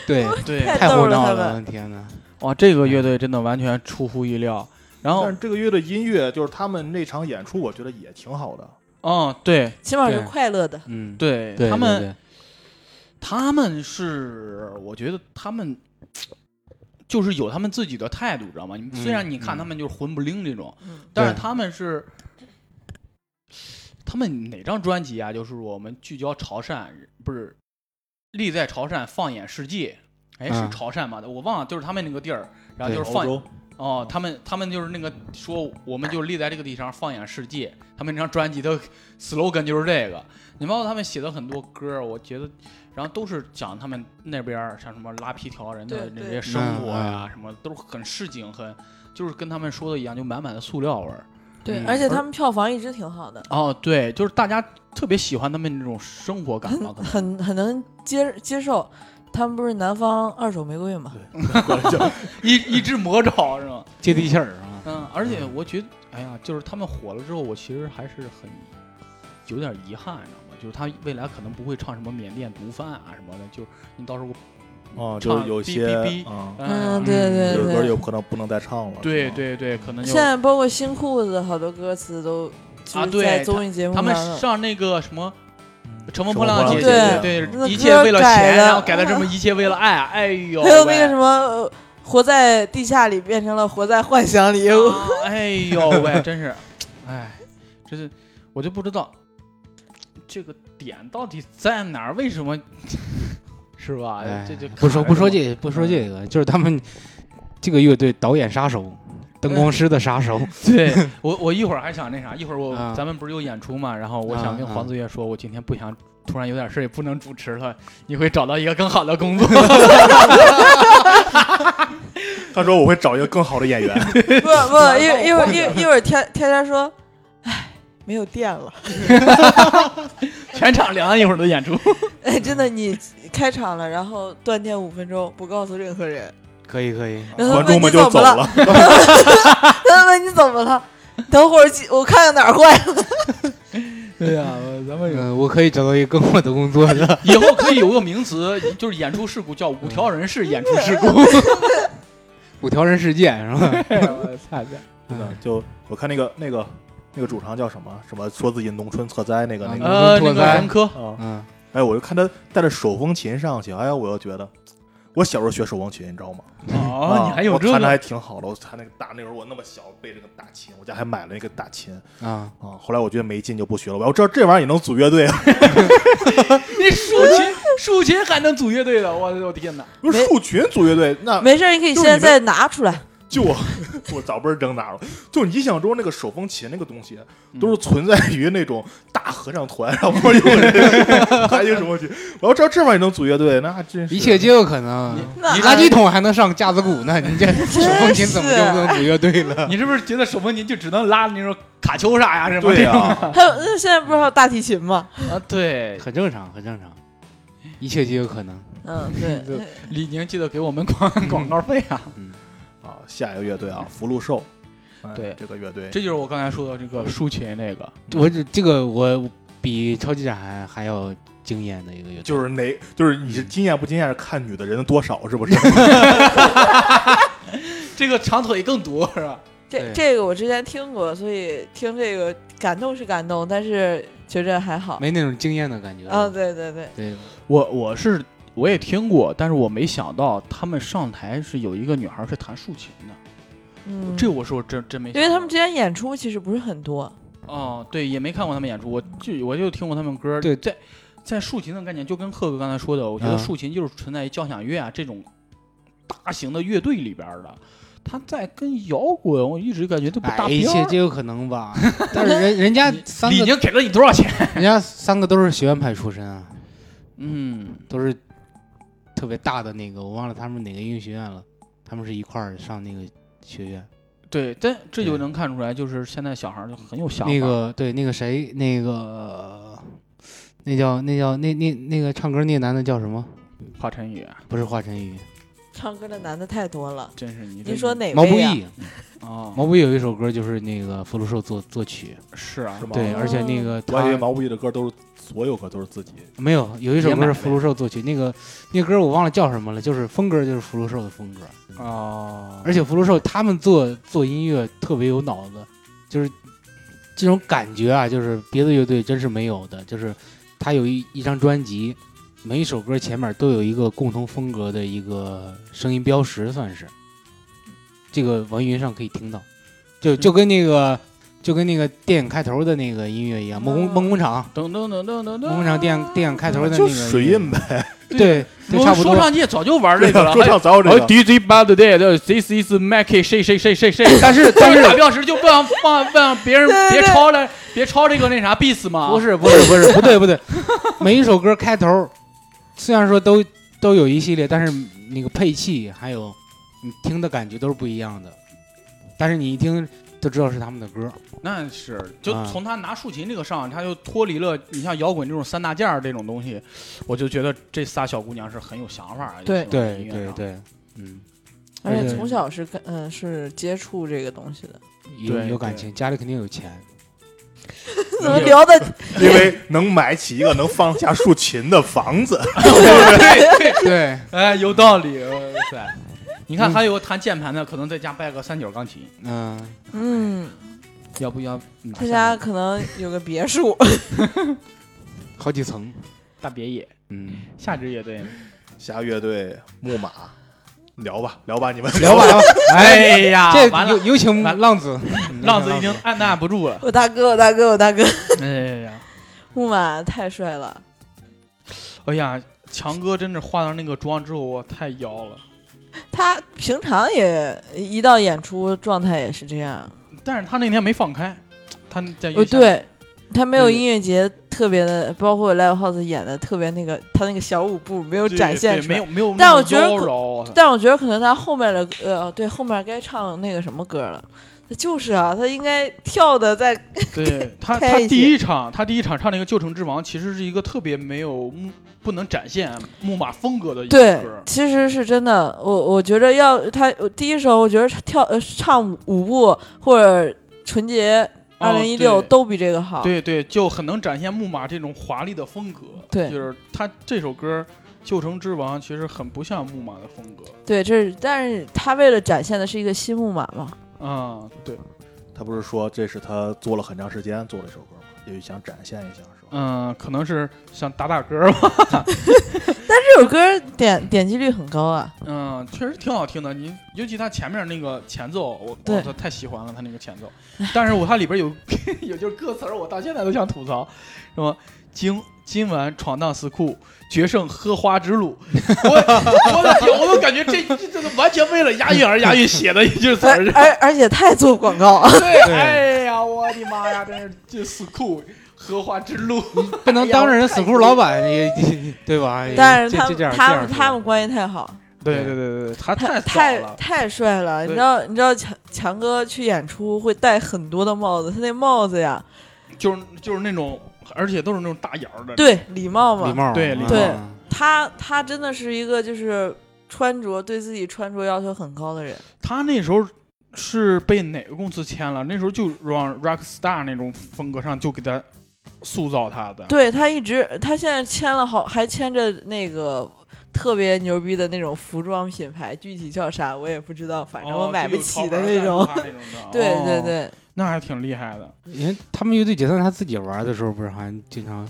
S3: 对，
S2: 对，
S4: 太
S3: 太
S4: 逗
S3: 胡
S4: 了
S3: 闹
S4: 他
S3: 了！
S4: 们
S3: 我的天哪！
S2: 哇，这个乐队真的完全出乎意料，然
S1: 但
S2: 后
S1: 是，这个乐队音乐就是他们那场演出，我觉得也挺好的。
S2: 嗯，对
S4: 起码是
S3: 对
S4: 快乐的。
S3: 嗯，
S2: 对，
S3: 对
S2: 他们
S3: 对
S2: 他们是，我觉得他们就是有他们自己的态度，知道吗？你虽然你看
S3: 嗯
S2: 他们就是混不拎这种，
S4: 嗯
S2: 但是
S3: 对
S2: 他们是，他们哪张专辑啊？就是我们聚焦潮汕，不是立在潮汕，放眼世界。哎，是
S3: 嗯
S2: 潮汕吗？我忘了，就是他们那个地儿，然后
S3: 对
S2: 就是
S1: 欧
S2: 放
S1: 洲
S2: 哦，他们他们就是那个说，我们就立在这个地上，放眼世界。他们那张专辑的 slogan 就是这个。你包括他们写的很多歌，我觉得，然后都是讲他们那边儿像什么拉皮条人的
S4: 对
S2: 那
S4: 对
S2: 些生活呀、
S3: 嗯
S2: 什么都是很市井，很就是跟他们说的一样，就满满的塑料味儿。
S4: 对，
S3: 嗯
S4: 而且他们票房一直挺好的，
S2: 哦，对，就是大家特别喜欢他们那种生活感 吧，可能。
S4: 很很能接接受。他们不是南方二手玫瑰嘛？
S1: 过来 就
S2: 一一只魔爪是吗？
S3: 接地气儿啊。
S2: 嗯，而且我觉得，哎呀，就是他们火了之后，我其实还是很有点遗憾，你知道吗？就是他未来可能不会唱什么缅甸毒贩啊什么的，就是你到时候，
S1: 哦，就是有
S2: 哔
S1: 些
S2: 哔哔
S1: 嗯，
S4: 嗯，
S2: 哎
S4: 对对
S1: 有
S4: 对
S1: 歌有可能不能再唱了。
S2: 对
S1: 是吗，
S2: 对对，可能就
S4: 现在包括新裤子好多歌词都就
S2: 啊
S4: 是
S2: 对
S4: 在综艺节目
S2: 他
S4: 上
S2: 们
S4: 了
S2: 上那个什么。乘风
S1: 乘
S2: 破
S1: 风
S2: 浪
S1: 破
S2: 姐
S1: 浪
S4: 姐
S2: 对
S4: 那
S2: 一
S4: 歌
S2: 切为了
S4: 改
S2: 钱，
S4: 的
S2: 然后改的这么一切为了爱，哎呦喂，
S4: 还有那个什么，呃活在地下里变成了活在幻 想里，
S2: 啊哎呦 喂，真是，哎，这是我就不知道这个点到底在哪儿，为什么 是吧？
S3: 哎
S2: 这就
S3: 不说
S2: 卡着
S3: 不说
S2: 我
S3: 这不说这个，就是他们这个乐队导演杀手，灯光师的杀手。
S2: 对 我，我一会儿还想那啥，一会儿我、
S3: 啊
S2: 咱们不是有演出嘛，然后我想跟
S3: 啊啊
S2: 黄子悦说，我今天不想，突然有点事儿也不能主持了，你会找到一个更好的工作。
S1: 他说我会找一个更好的演 员，
S4: 不不，一一会儿一一会儿天天天说，哎，没有电 了。
S2: 全场凉了一会儿的演出，
S4: 哎，真的，你开场了，然后断电五分钟，不告诉任何人。
S3: 可以可以，
S2: 嗯
S4: 然后
S1: 观众
S4: 问你
S1: 们就
S4: 怎
S1: 走
S4: 么了，
S1: 了。
S4: 他问你怎么了，等会儿记我看看哪儿坏了。
S2: 对呀、咱们
S3: 嗯，我可以找到一个更好的工作的。
S2: 以后可以有个名词，就是演出事故叫五条人式演出事故。
S3: 五条人事件是吧？
S2: 我操！
S1: 真的就我看那个那个那个主唱叫什么什么，说自己农村特灾那个那
S3: 啊
S1: 个
S2: 呃，那
S3: 拓
S2: 个
S3: 哉
S2: 文科，
S1: 啊，
S3: 嗯，
S1: 哎，我就看他带着手风琴上去，哎呀，我又觉得。我小时候学手风琴，你知道吗？
S2: 哦，你还有
S1: 我
S2: 这
S1: 弹
S2: 个
S1: 的还挺好的。我弹那个大，那时候我那么小，背着个大琴，我家还买了那个大琴
S3: 啊，
S1: 啊。后来我觉得没劲，就不学了。我要知道这玩意儿也能组乐队，啊
S2: 你竖琴，竖琴还能组乐队的，我的我天哪！
S1: 不是
S4: 没
S1: 竖琴组乐队，那
S4: 没事儿，你可以
S1: 就是
S4: 现
S1: 你
S4: 在
S1: 们
S4: 再拿出来。
S1: 就我 我早不是扔哪儿了。就是你印象中那个手风琴那个东西，
S3: 嗯
S1: 都是存在于那种大合唱团，然后不是有 人弹一个手风琴。我要知道这玩意儿也能组乐队，那真是
S3: 一切皆有可能。
S4: 那
S2: 你
S3: 垃圾桶还能上架子鼓呢，你这手风琴怎么就不能组乐队了？
S2: 你是不是觉得手风琴就只能拉那种卡秋莎呀什么的？
S1: 对呀、啊，
S4: 还有，那现在不是还有大提琴吗？
S2: 啊，对，
S3: 很正常，很正常，一切皆有可能。
S4: 嗯，
S2: 对
S4: 对，
S2: 李宁记得给我们广广告费啊！
S1: 下一个乐队 啊，福禄寿，哎
S2: 对
S1: 这个乐队，
S2: 这就是我刚才说的这个抒情那个，
S3: 我这这个我比超级展还还要惊艳的一个乐队，
S1: 就是哪就是你是惊艳不惊艳，是看女的人多少 是不是？
S2: 这个长腿更毒是吧？
S4: 这
S3: 对
S4: 这个我之前听过，所以听这个感动是感动，但是觉着还好。
S3: 没那种惊艳的感觉。
S4: 啊，对对对，
S3: 对，
S2: 我我是我也听过，但是我没想到他们上台是有一个女孩是弹竖琴的，
S4: 嗯，
S2: 这我说真真没想到，
S4: 因为他们之前演出其实不是很多，
S2: 哦，对，也没看过他们演出，我就我就听过他们歌。
S3: 对
S2: 在在竖琴的概念，就跟贺哥刚才说的，我觉得
S3: 嗯
S2: 竖琴就是存在于交响乐啊这种大型的乐队里边儿的，它在跟摇滚，我一直感觉都不搭
S3: 哎，一
S2: 边
S3: 切
S2: 儿。
S3: 皆有可能吧。但是人人家三
S2: 李
S3: 个，
S2: 宁给了你多少钱？
S3: 人家三个都是学院派出身啊，
S2: 嗯，
S3: 都是特别大的那个，我忘了他们哪个音乐学院了，他们是一块儿上那个学院。
S2: 对，但这就
S3: 对
S2: 能看出来，就是现在小孩儿就很有想法。
S3: 那个对，那个谁，那个那叫那叫那那那个唱歌那男的叫什么？
S2: 华晨宇，
S3: 不是华晨宇，
S4: 唱歌的男的太多了。
S2: 真是你这
S4: 您说哪
S3: 毛不
S4: 位呀？
S3: 易。
S2: 啊？
S3: 毛不易有一首歌就是那个福禄寿作作曲，
S2: 是啊
S1: 是，吗
S3: 对，
S4: 哦
S3: 而且那个
S1: 我还以为
S3: 他
S1: 毛不易的歌都是所有歌都是自己，
S3: 没有有一首
S2: 也买呗
S3: 歌是福禄寿作曲，那个那歌我忘了叫什么了，就是风格就是福禄寿的风格，
S2: 哦，
S3: 而且福禄寿他们做做音乐特别有脑子，就是这种感觉啊，就是别的乐队真是没有的，就是他有一一张专辑，每首歌前面都有一个共同风格的一个声音标识，算是这个网易云上可以听到，
S1: 嗯
S3: 就就跟那个就跟那个电影开头的那个音乐
S1: 嗯
S3: 一样，梦工梦工厂，
S2: 噔噔噔噔噔噔，
S3: 梦工厂电影电影开头的那个
S1: 就
S3: 音乐
S1: 水印，呗，
S3: 对，就
S2: 我
S3: 差
S2: 们
S3: 不
S2: 说
S3: 多。
S2: 唱界早就玩这个 了，哎
S1: 说唱早有这
S2: 还有
S3: 哦
S1: 个。
S2: DJ Bad Day 叫 This is Mackey 谁谁谁谁谁，
S3: 但是
S2: 但
S3: 但
S2: 是打
S3: 是
S2: 标识就不让放不让别人
S4: 对对
S2: 别抄了，别抄这个那啥 beats 嘛，
S3: 不是不是不是不对不对，每一首歌开头虽然说都都有一系列，但是那个配器还有你听的感觉都是不一样的，但是你一听就知道是他们的歌。
S2: 那是，就
S3: 啊
S2: 从他拿竖琴这个上，他就脱离了你像摇滚这种三大件儿这种东西，我就觉得这仨小姑娘是很有想法儿的。啊
S4: 对
S2: 就喜欢
S3: 对
S2: 音乐
S3: 对
S2: 上，
S3: 对，嗯，
S4: 而且
S3: 对
S4: 从小是跟嗯是接触这个东西的，
S3: 有
S2: 对
S3: 有感
S2: 对
S3: 情，家里肯定有钱。
S4: 怎么聊的？
S1: 因为能买起一个能放下竖琴的房 子，
S2: 对对，
S3: 对，
S2: 哎，有道理，哇塞！你看，
S3: 嗯
S2: 还有弹键盘的，可能在家掰个三角钢琴，
S3: 嗯，
S4: 嗯，
S2: 要不要拿
S4: 他
S2: 下
S4: 家
S2: 来
S4: 可能有个别墅，
S3: 好几层。
S2: 大别野，
S3: 嗯，
S2: 下支乐队，
S1: 侠乐队、木马，聊吧聊吧，你 们
S3: 聊吧。聊吧。哎，
S2: 哎呀，
S3: 这
S2: 完
S3: 有
S2: 了，哎
S3: 有请
S2: 完
S3: 浪子，
S2: 浪子已经按捺不住了，
S4: 我大哥，我大哥，我大哥，
S2: 哎呀，
S4: 木马太帅了，
S2: 哎呀，强哥真是化上那个妆之后，我太妖了。
S4: 他平常也一到演出状态也是这样，
S2: 但是他那天没放开，他在
S4: 哦
S2: 月下
S4: 对。他没有
S2: 对
S4: 音乐节特别的，包括 live house 演的特别那个，他那个小舞步没有
S2: 对
S4: 展现
S2: 对
S4: 出
S2: 没
S4: 来
S2: 有。没有那么
S4: 但我觉得
S2: 妖
S4: 可
S2: 娆。
S4: 但我觉得可能他后面的呃，对，后面该唱那个什么歌了。他就是啊，他应该跳的在
S2: 对 他
S4: 开
S2: 他
S4: 一
S2: 第
S4: 些
S2: 一场他第一场唱那个《旧城之王》，其实是一个特别没有木不能展现木马风格的一
S4: 对
S2: 个歌，。哦
S4: 其实是真的。我我觉得要他我第一首，我觉得跳呃唱舞舞步或者纯洁二零一六
S2: 哦对
S4: 都比这个好。
S2: 对对，就很能展现木马这种华丽的风格。
S4: 对
S2: 就是他这首歌《旧城之王》其实很不像木马的风格。
S4: 对这是，但是他为了展现的是一个新木马嘛。
S2: 啊、对，
S1: 他不是说这是他做了很长时间做了一首歌吗？也想展现一下是吧？
S2: 嗯、可能是想打打歌吧。
S4: 这首歌点点击率很高啊，
S2: 嗯、确实挺好听的。你尤其他前面那个前奏，我
S4: 对
S2: 我操太喜欢了他那个前奏。但是我它里边有 有就是歌词儿，我到现在都想吐槽，什么今今晚闯荡死库，决胜喝花之 路。我我的天，我都感觉这这这都完全为了押韵而押韵写的一 句词
S4: 而
S2: 儿。
S4: 而而且太做广告了。
S2: 对，哎呀，我的妈呀，真是这死库荷花之路。
S3: 不能当着人死库老板，你你对吧？
S4: 但是
S3: 这
S4: 他
S3: 这这
S4: 们
S3: 样
S4: 他
S3: 这
S4: 们
S3: 样说
S4: 他们关系太好，
S2: 对对对对对，他
S4: 太
S2: 太
S4: 太
S2: 早了。
S4: 太帅了！你
S2: 对
S4: 知道你知道强强哥去演出会戴很多的帽子，他那帽子呀，
S2: 就是就是那种，而且都是那种大眼儿的。
S4: 对礼帽嘛，
S3: 礼貌
S2: 对礼貌
S3: 啊
S4: 哦对他他真的是一个就是穿着对自己穿着要求很高的人，
S2: 他那时候是被哪个公司签了？那时候就往 Rockstar 那种风格上就给他塑造他的。
S4: 对他一直他现在签了好还签着那个。特别牛逼的那种服装品牌，具体叫啥我也不知道，反正
S3: 哦
S4: 我买不起的那种。
S2: 哦就有潮牌赞助他那种的
S4: 对对
S2: 哦
S4: 对，
S2: 那还挺厉害的。
S3: 因为他们乐队解散，他自己玩的时候不是还经常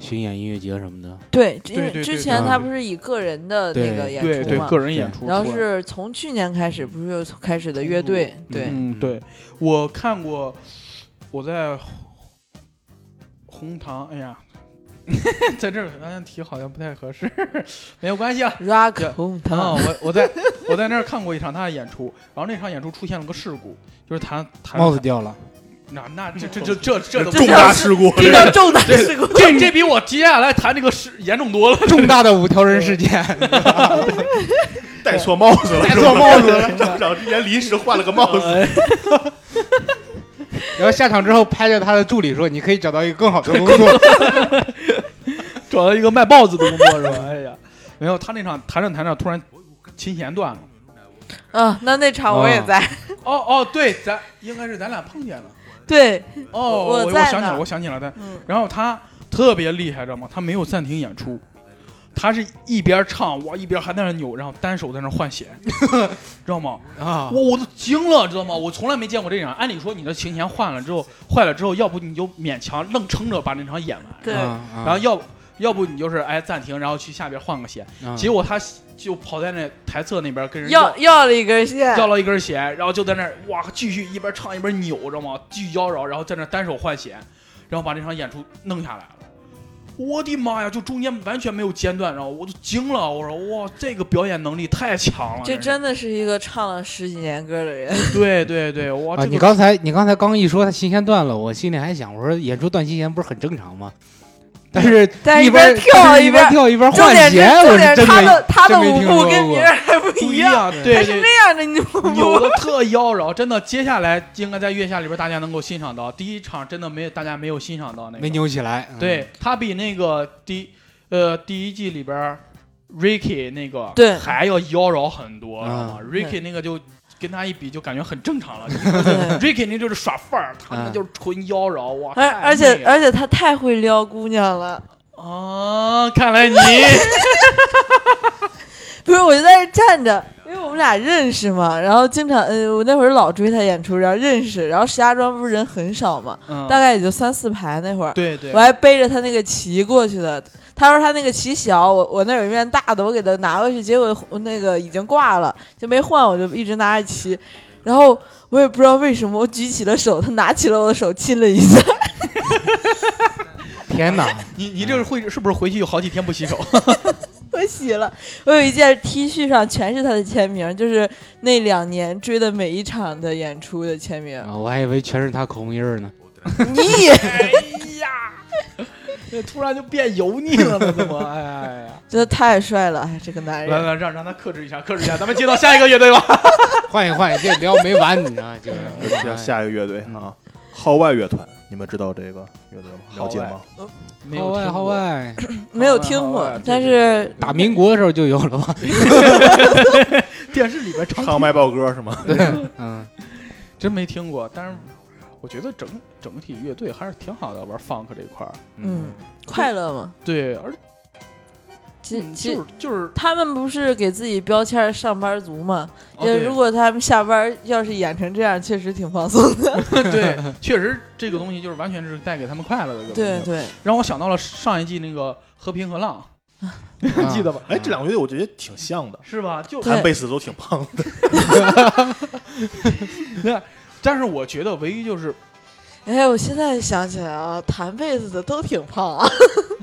S3: 巡演音乐节什么的？
S4: 对，因
S2: 对
S4: 为
S2: 对
S4: 之
S2: 对
S4: 前
S3: 对
S4: 他
S3: 对
S4: 不是以个人的那
S3: 对
S4: 个演
S2: 对
S4: 出
S2: 对
S4: 嘛，，
S2: 个人演出出来。啊
S4: 然后是从去年开始，不是又开始的乐队？对，
S2: 嗯，对，我看过，我在红糖，哎呀， 在这儿好像提好像不太合适， 没有关系啊。
S4: Rock Home
S2: 啊、
S4: Town，
S2: 我我在我在那儿看过一场他的演出，然后那场演出出现了个事故，就是他他
S3: 帽子掉了，
S2: 那那这这这这这都
S1: 重大事 故，
S4: 这叫重大
S2: 对
S4: 事故。
S2: 这这比我接下来谈这个事严重多了。
S3: 重大的五条人事件。
S1: 戴错帽子了，
S2: 戴错帽子了
S1: 是吧张长之前临时换了个帽子，
S3: 然后下场之后拍着他的助理说：“你可以找到一个更好的工作。
S2: 找到一个卖报子的工作是吧？ 哎呀，没有，他那场弹着弹着突然琴弦断了。
S4: 嗯，那那场我也
S3: 啊
S4: 在，
S2: 哦哦，对，咱应该是咱俩碰见了。
S4: 对，
S2: 哦，
S4: 我
S2: 我
S4: 在
S2: 想起
S4: 呢
S2: 来，我想起来的。
S4: 嗯，
S2: 然后他特别厉害，知道吗？他没有暂停演出，他是一边唱哇，一边还在那扭，然后单手在那换弦， 知道吗？”
S3: 啊，
S2: 我我都惊了，知道吗？我从来没见过这样。按理说你的琴弦换了之后，坏了之后，要不你就勉强愣撑着把那场演完，
S4: 对
S3: 啊
S2: 然后要要不你就是哎暂停，然后去下边换个弦。
S3: 嗯
S2: 结果他就跑在那台侧那边跟人
S4: 要要了一根线，
S2: 要了一根弦，然后就在那儿哇，继续一边唱一边扭，知道吗？继续妖娆，然后在那儿单手换弦，然后把这场演出弄下来了。我的妈呀！就中间完全没有间断，然后我就惊了，我说哇，这个表演能力太强了！
S4: 这
S2: 是
S4: 真的是一个唱了十几年歌的人，
S2: 对对对，哇，
S3: 啊，
S2: 这
S3: 你
S2: 个
S3: 刚才你刚才刚一说他新鲜断了，我心里还想，我说演出断新鲜不是很正常吗？但是
S4: 但
S3: 一
S4: 一边
S3: 边
S4: 跳
S3: 一
S4: 一边
S3: 跳一边
S4: 重
S3: 换
S4: 点是
S3: 弦，
S4: 重
S3: 我
S4: 点
S3: 是真
S4: 是他
S3: 没
S4: 的他的
S3: 真没
S4: 舞
S3: 听
S4: 步
S3: 说
S4: 跟
S3: 过
S4: 别人还不
S2: 不
S4: 一
S2: 一
S4: 样，
S2: 样，
S4: 他
S2: 对
S4: 是
S2: 对，
S4: 那样的你舞
S2: 扭
S4: 步。
S2: 的特妖娆，真的。接下来应该在月下里边大家能够欣赏到，第一场真的没有大家没有欣赏到那个，
S3: 没扭起来。嗯，
S2: 对他比那个第呃第一季里边儿 Ricky 那个
S4: 对
S2: 还要妖娆很多，知道吗
S3: 啊
S2: ？Ricky 那个就跟他一比就感觉很正常了
S4: 对
S2: ，Ricky 那就是耍范儿，他那
S3: 啊
S2: 就是纯妖娆哇！
S4: 嗯
S2: 太
S4: 而哎而
S2: 媚
S4: 且
S2: 了
S4: 而且他太会撩姑娘了，
S2: 啊，看 来你
S4: 不是我就在这站着，因为我们俩认识嘛，然后经常呃我那会儿老追他演出，然后认识，然后石家庄不是人很少嘛，
S2: 嗯
S4: 大概也就三四排那会儿，
S2: 对对
S4: 我还背着他那个旗过去的。他说他那个旗小，我我那有一面大的，我给他拿过去，结果那个已经挂了，就没换，我就一直拿着旗。然后我也不知道为什么，我举起了手，他拿起了我的手，亲了一下。
S3: 天哪！
S2: 你你这是会是不是回去有好几天不洗手？
S4: 我洗了，我有一件 T 恤上全是他的签名，就是那两年追的每一场的演出的签名。
S3: 啊我还以为全是他口红印儿呢。
S4: 你也
S2: 哎呀，这 突然就变油腻了呢，怎么？哎呀，
S4: 真的太帅了，哎，这个男
S2: 来
S4: 人。
S2: 来，让让他克制一下，克制一下，咱们接到下一个乐队吧。
S3: 换一换，这聊没完，你知道吗就是
S1: 下 下一个乐队
S3: 嗯
S1: 啊，号外乐团，你们知道这个乐队吗？
S2: 号
S1: 了解吗？
S2: 没
S3: 号
S2: 有
S3: 外
S2: 听
S3: 号
S2: 过
S3: 外，
S4: 没有听过，
S2: 啊
S4: 但是
S3: 打民国的时候就有了吧？
S2: 电视里边常
S1: 唱卖报歌是吗？
S3: 对， 嗯，
S2: 真没听过，但是我觉得整整体乐队还是挺好的，玩 funk 这一块儿。
S4: 嗯，快乐嘛，
S2: 对，而
S4: 其
S2: 嗯
S4: 其
S2: 就是就是，
S4: 他们不是给自己标签儿上班族嘛？
S2: 哦
S4: 也呃如果他们下班要是演成这样，确实挺放松 的。
S2: 对对，确实这个东西就是完全是带给他们快乐的一个东
S4: 对
S2: 西，
S4: 对，
S2: 让我想到了上一季那个《和平和浪》
S3: 嗯，
S2: 记得吧？
S1: 哎，这两个乐队我觉得挺像的，
S2: 是吧？就
S4: 对
S1: 弹贝斯都挺胖的。
S2: 但是我觉得唯一就是
S4: 哎，我现在想起来啊，弹贝斯的都挺胖啊，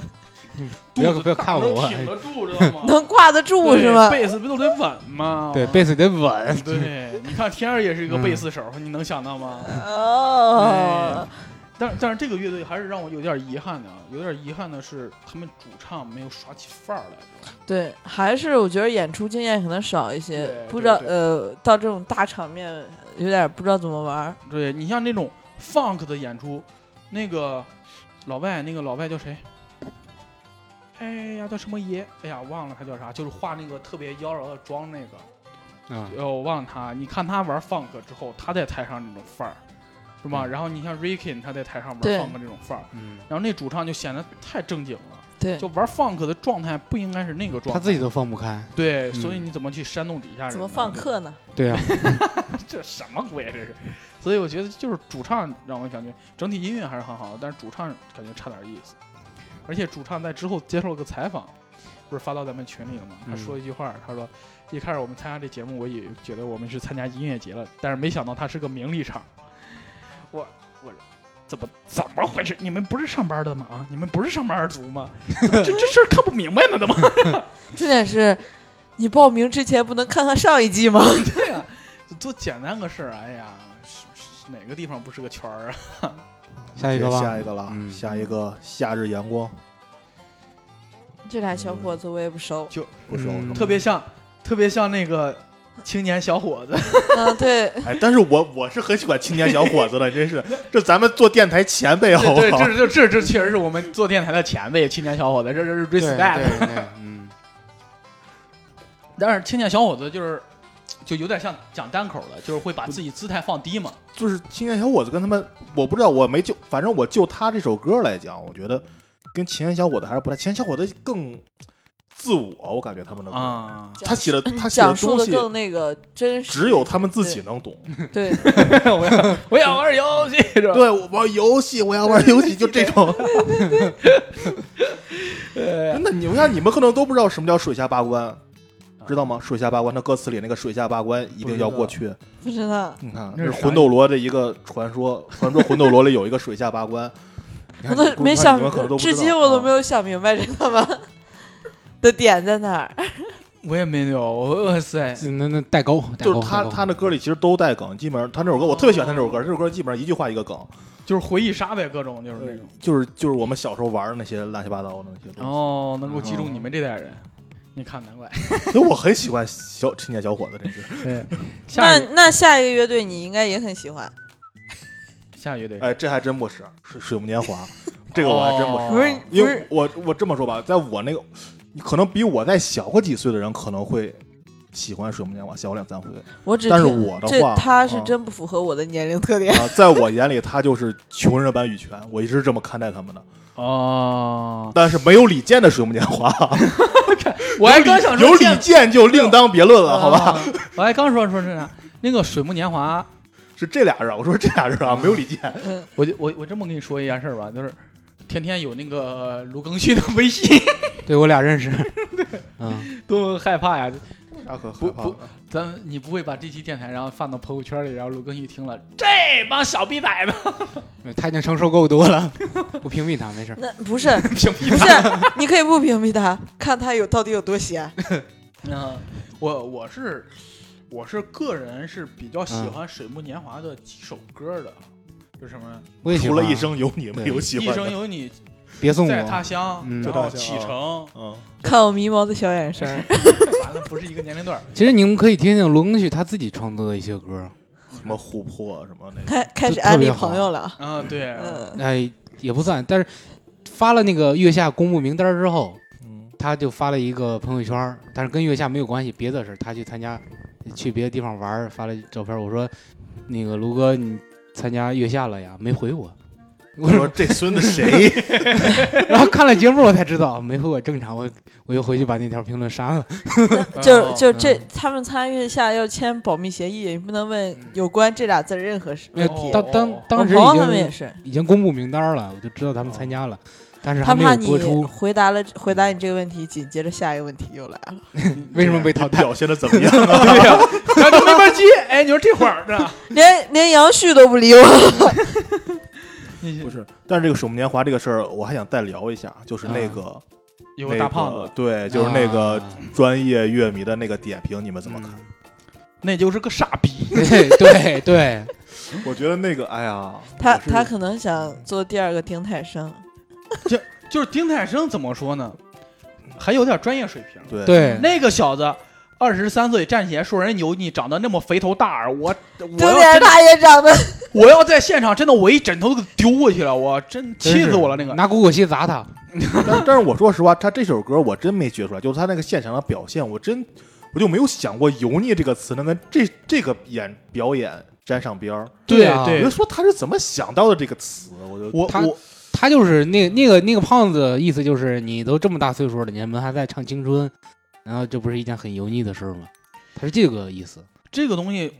S3: 不
S2: 肚
S3: 要
S2: 子
S3: 不要
S2: 大
S3: 看
S2: 能
S3: 我啊哎
S2: 挺得 住，知道吗？
S4: 能挂得住
S2: 对
S4: 是吗？
S2: 贝斯不都得稳吗？
S3: 对，贝斯得稳，
S2: 对，你看天儿也是一个
S3: 嗯
S2: 贝斯手，你能想到吗？哎
S4: 哦，
S2: 但但是这个乐队还是让我有点遗憾的，啊，有点遗憾的是他们主唱没有耍起范儿来。
S4: 对，还是我觉得演出经验可能少一些
S2: 对，
S4: 不
S2: 对
S4: 知道
S2: 对
S4: 呃，到这种大场面有点不知道怎么玩儿。
S2: 对你像那种 funk 的演出，那个老外，那个老外叫谁？哎呀，叫什么爷？哎呀，忘了他叫啥，就是画那个特别妖娆的妆那个，
S3: 啊，
S2: 呃，我忘了他。你看他玩 funk 之后，他在台上那种范儿，是吧？
S3: 嗯
S2: 然后你像 Ricky，他在台上玩
S4: 对
S2: funk 这种范儿，
S3: 嗯，
S2: 然后那主唱就显得太正经了，
S4: 对，
S2: 就玩 funk 的状态不应该是那个状态。
S3: 他自己都放不开，
S2: 对，
S3: 嗯
S2: 所以你怎么去煽动底下人呢？
S4: 怎么放课呢？
S3: 对啊，
S2: 这什么鬼啊这是？所以我觉得就是主唱让我感觉整体音乐还是很好的，但是主唱感觉差点意思。而且主唱在之后接受了个采访，不是发到咱们群里了吗？他
S3: 嗯
S2: 说一句话，他说一开始我们参加这节目，我也觉得我们是参加音乐节了，但是没想到它是个名利场。我我怎么怎么回事？你们不是上班的吗？啊，你们不是上班族吗？怎么这这事儿看不明白呢？怎么？
S4: 重点是，你报名之前不能看看上一季吗？
S2: 对呀、就多简单个事儿，哎呀，是是哪个地方不是个圈儿啊？
S3: 下一个 吧，
S1: 下一个了，
S3: 嗯
S1: 下一个夏日阳光，
S4: 这俩小伙子我也不熟。
S1: 不熟
S3: 嗯
S1: 是
S2: 特
S1: 吧？
S2: 别像，特别像那个青年小伙子。
S4: 嗯，对，
S1: 哎，但是我我是很喜欢青年小伙 子的，真是这咱们做电台前辈啊好不
S2: 对，
S1: 好？
S2: 这这这这确实是我们做电台的前辈，青年小伙子，这这是追
S3: 对
S2: s
S3: 对
S2: t y
S3: 对，对嗯，
S2: 但是青年小伙子就是就有点像讲单口的，就是会把自己姿态放低嘛。
S1: 就是青年小伙子跟他们，我不知道，我没就，反正我就他这首歌来讲，我觉得跟青年小伙子还是不太，青年小伙子更自我，我感觉他们的歌，
S2: 啊，
S1: 他写的 他写的
S4: 讲述
S1: 东
S4: 的
S1: 西
S4: 更那个真实。
S1: 只有他们自己能懂。
S4: 对，
S2: 我要我要玩游戏是吧？
S1: 对，我玩游戏，我要玩游戏，就这种。
S2: 呃
S1: 真的，你我看你们可能都不知道什么叫水下八关，知道吗？水下八关，它歌词里那个水下八关一定要过去。
S4: 不知道，
S1: 你看，
S2: 那
S1: 这
S2: 是
S1: 是魂斗罗的一个传说，传说魂斗罗里有一个水下八关，你
S4: 我
S1: 看
S4: 都没想
S1: 你们可能都，不知
S4: 至
S1: 道
S4: 今我都没
S1: 啊
S4: 有想明白这他妈的点在哪儿。
S2: 我也没有，我哇塞，
S3: 那那代沟，代
S1: 就
S3: 沟
S1: 是他
S3: 代沟
S1: 他的歌里其实都带梗，基本上他那首歌我特别喜欢他这首歌，这首歌基本上一句话一个梗，
S2: 就是回忆杀呗，各种就是那种。
S1: 就是就是我们小时候玩的那些乱七八糟的那些东西。
S2: 哦，能够击中你们这代人，你看难怪。
S1: 所以我很喜欢小青年小伙子这是。
S2: 对，下
S4: 那
S2: 一
S4: 那下一个乐队你应该也很喜欢，
S2: 下乐队，
S1: 哎，这还真不是水水木年华，这个我还真不
S2: 哦
S1: 是。
S4: 不是
S1: 因
S4: 不
S1: 为
S4: 是
S1: 我我这么说吧，在我那个，你可能比我再小个几岁的人可能会喜欢水木年华，小我两三回。
S4: 我只
S1: 但是
S4: 听
S1: 我的
S4: 这
S1: 话，
S4: 他是
S1: 啊
S4: 真不符合我的年龄 特点。
S1: 啊，在我眼里他就是穷人版羽泉，我一直这么看待他们的。
S2: 哦，
S1: 但是没有李健的水木年华，
S2: 我还刚想说
S1: 有
S2: 见
S1: 李健就另当别论了，好吧？
S2: 啊？我还刚说说是啥，那个《水木年华》，
S1: 是这俩人啊，我说这俩人啊，没有李健。
S2: 我就我我这么跟你说一件事儿吧，就是天天有那个卢庚戌的微信，
S3: 对我 俩认识，嗯，
S2: 多害怕呀！
S1: 啥可
S2: 不不，咱你不会把这期电台然后放到朋友圈里，然后卢庚戌听了，这帮小逼崽 子，
S3: 他已经承受够 多了，我屏蔽他没事儿。
S4: 那不是
S2: 屏蔽
S4: 不
S2: 他
S4: 是，你可以不屏蔽他，看他有到底有多 闲。
S2: 嗯，我我是我是个人是比较喜欢水木年华的几首歌的，就什么
S3: 我也喜
S1: 除
S3: 欢
S1: 了
S3: 啊
S1: 一生有你，没有喜
S2: 《一
S1: 欢
S2: 生
S1: 的。
S2: 有你
S3: 别送
S2: 在他
S3: 我，
S2: 乡》，
S3: 嗯
S2: 然后《启程
S1: 嗯，
S4: 看我迷茫的小眼神儿，》，
S2: 完了不是一个年龄段儿。
S3: 其实你们可以听听罗庚旭他自己创作的一些歌，
S1: 什么琥珀啊什么那 个，
S4: 开开始
S3: 这特
S4: 安利
S3: 别好
S4: 朋友了。啊
S2: 嗯，对，
S4: 嗯，
S3: 哎，也不算，但是发了那个月下公布名单之后，
S1: 嗯，
S3: 他就发了一个朋友圈儿，但是跟月下没有关系，别的事儿。他去参加，去别的地方玩儿，发了照片儿。我说，那个卢哥，你参加月下了呀？没回我。 我
S1: 我说
S3: 说，
S1: 这孙子谁？
S3: 然后看了节目我才知道没回我正常，我我又回去把那条评论删了。
S2: 哦
S4: 就就
S3: 嗯
S4: 这，他们参与下要签保密协议，你不能问有关这俩字儿任何事问
S1: 哦
S4: 题。
S3: 当当当时
S4: 我
S3: 已
S4: 朋友他们也
S3: 经
S4: 是，
S3: 已经公布名单了，我就知道他们参加了，但是
S4: 哦他
S3: 还没
S4: 怕
S3: 有
S4: 你
S3: 播出。
S4: 回答了回答你这个问题，紧接着下一个问题又来了。
S3: 为什么被淘汰？
S1: 表现的怎么样啊？
S2: 对呀、然后就没法 接。哎，你说这会儿呢？
S4: 连连杨旭都不理我。
S1: 不是，但是这个水木年华这个事儿，我还想再聊一下，就是那个
S2: 有啊个大胖子，，
S1: 那个对，就是那个
S3: 啊
S1: 专业乐迷的那个点评，你们怎么看？
S2: 那就是个傻逼。
S3: 对对对，
S1: 我觉得那个，哎呀，
S4: 他
S1: 我是
S4: 他可能想做第二个丁太生，
S2: 就是丁太生怎么说呢？还有点专业水平。
S1: 对
S3: 对
S2: 那个小子二十三岁站起来说人牛，你长得那么肥头大耳，我我
S4: 重
S2: 要
S4: 点
S2: 真
S4: 是
S2: 的
S4: 他也长得，
S2: 我要在现场真的我一枕头都给丢过去了，我真
S3: 真
S2: 气
S3: 是
S2: 死我了那个。
S3: 拿果果器砸他，
S1: 但但是我说实话，他这首歌我真没觉出来，就是他那个现场的表现，我真我就没有想过“油腻”这个词能跟这这个演表演沾上边儿。
S3: 对啊
S1: 我
S2: 对
S1: 就，说他是怎么想到的这个词，我就
S2: 我
S3: 他
S2: 我
S3: 他就是那那个那个胖子，意思就是你都这么大岁数了，你们还在唱青春，然后这不是一件很油腻的事儿吗？他是这个意思。
S2: 这个东西，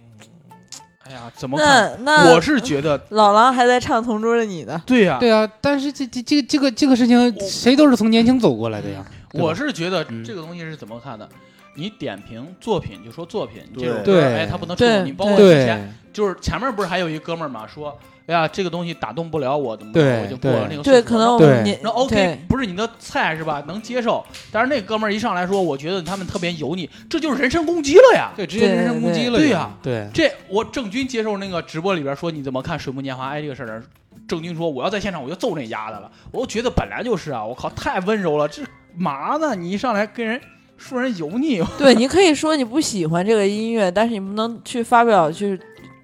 S2: 哎呀，怎么看？
S4: 那嗯那
S2: 我是觉得，
S4: 老狼还在唱《同桌的你》呢。
S2: 对呀、
S3: 对啊，但是这这这这个这个事情，谁都是从年轻走过来的呀。对吧
S2: 我是觉得
S3: 嗯
S2: 这个东西是怎么看的？你点评作品就说作品，你
S1: 对
S2: 这首歌，
S3: 对
S2: 哎，他不能触动你。
S4: 对
S2: 包括之前，
S3: 对
S2: 就是前面不是还有一哥们儿嘛，说，哎呀，这个东西打动不了我，怎么
S3: 对
S2: 办我已经过了那个岁
S4: 对，
S2: 数了
S4: 可能我
S3: 对
S4: 们年
S2: 那 OK，不是你的菜是吧？能接受。但是那哥们儿一上来说，我觉得他们特别油腻，这就是人身攻击了呀。
S3: 对，直接人身攻击了。
S2: 对
S3: 呀
S2: 呀，
S3: 对
S2: 这我郑钧接受那个直播里边说你怎么看《水木年华》哎这个事儿的时候，郑钧说我要在现场我就揍那丫的了。我觉得本来就是啊，我靠，太温柔了，这嘛呢？你一上来跟人说人油腻，
S4: 对，你可以说你不喜欢这个音乐，但是你不能去发表就是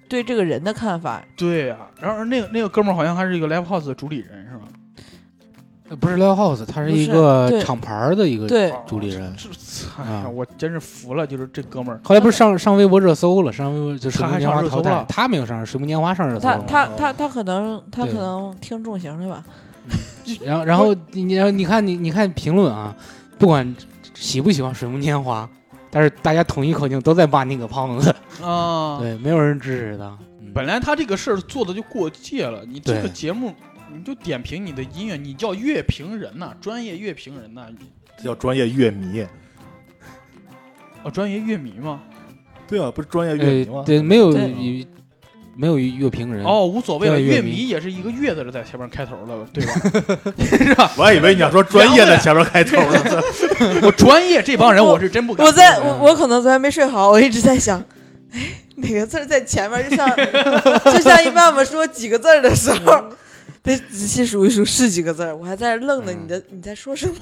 S4: 对这个人的看法。
S2: 对呀、然后那个那个哥们儿好像还是一个 live house 的主理人是吧？
S3: 呃不是 Live House，他是一
S4: 不是
S3: 个
S4: 对
S3: 厂牌儿的一个。
S4: 对，
S3: 主理人
S2: 这这哎呀，
S3: 啊
S2: 我真是服了，就是这哥们儿。
S3: 后来不是上上微博热搜了，上微博就《水
S2: 他
S3: 木
S2: 还
S3: 年
S2: 上
S3: 华》
S2: 热搜
S3: 淘汰
S2: 了，
S3: 他没有上，《水木年华》上热搜
S4: 他
S3: 了。
S4: 他
S2: 哦
S4: 他他可能他可
S3: 对
S4: 能听重型的吧。
S3: 然后然后你然后你看你你看评论啊，不管喜不喜欢《水木年华》，但是大家统一口径都在骂那个胖子，
S2: 啊，
S3: 对，没有人支持他。嗯
S2: 本来他这个事儿做的就过界了，你这
S3: 对
S2: 个节目你就点评你的音乐，你叫乐评人呐、专业乐评人呐、
S1: 这叫专业乐迷。
S2: 哦，专业乐迷吗？
S1: 对啊，不是专业乐
S2: 哎
S1: 迷吗？
S3: 呃，对，没有
S4: 对
S3: 与没有乐评人，
S2: 哦，无所谓了，
S3: 专业
S2: 乐
S3: 乐迷
S2: 迷也是一个“乐”字在前面开头了，对吧？ 是吧？
S1: 我还以为你要说专业在前面开头 呢。
S2: 我专业这帮人我是真不敢。
S4: 我在我我可能昨天没睡好，我一直在想，哎，哪个字儿在前面？ 就像就像一般我们说几个字儿的时候， 得仔细数一数是几个字儿。我还在这愣呢，
S3: 嗯
S4: 你的你在说什么？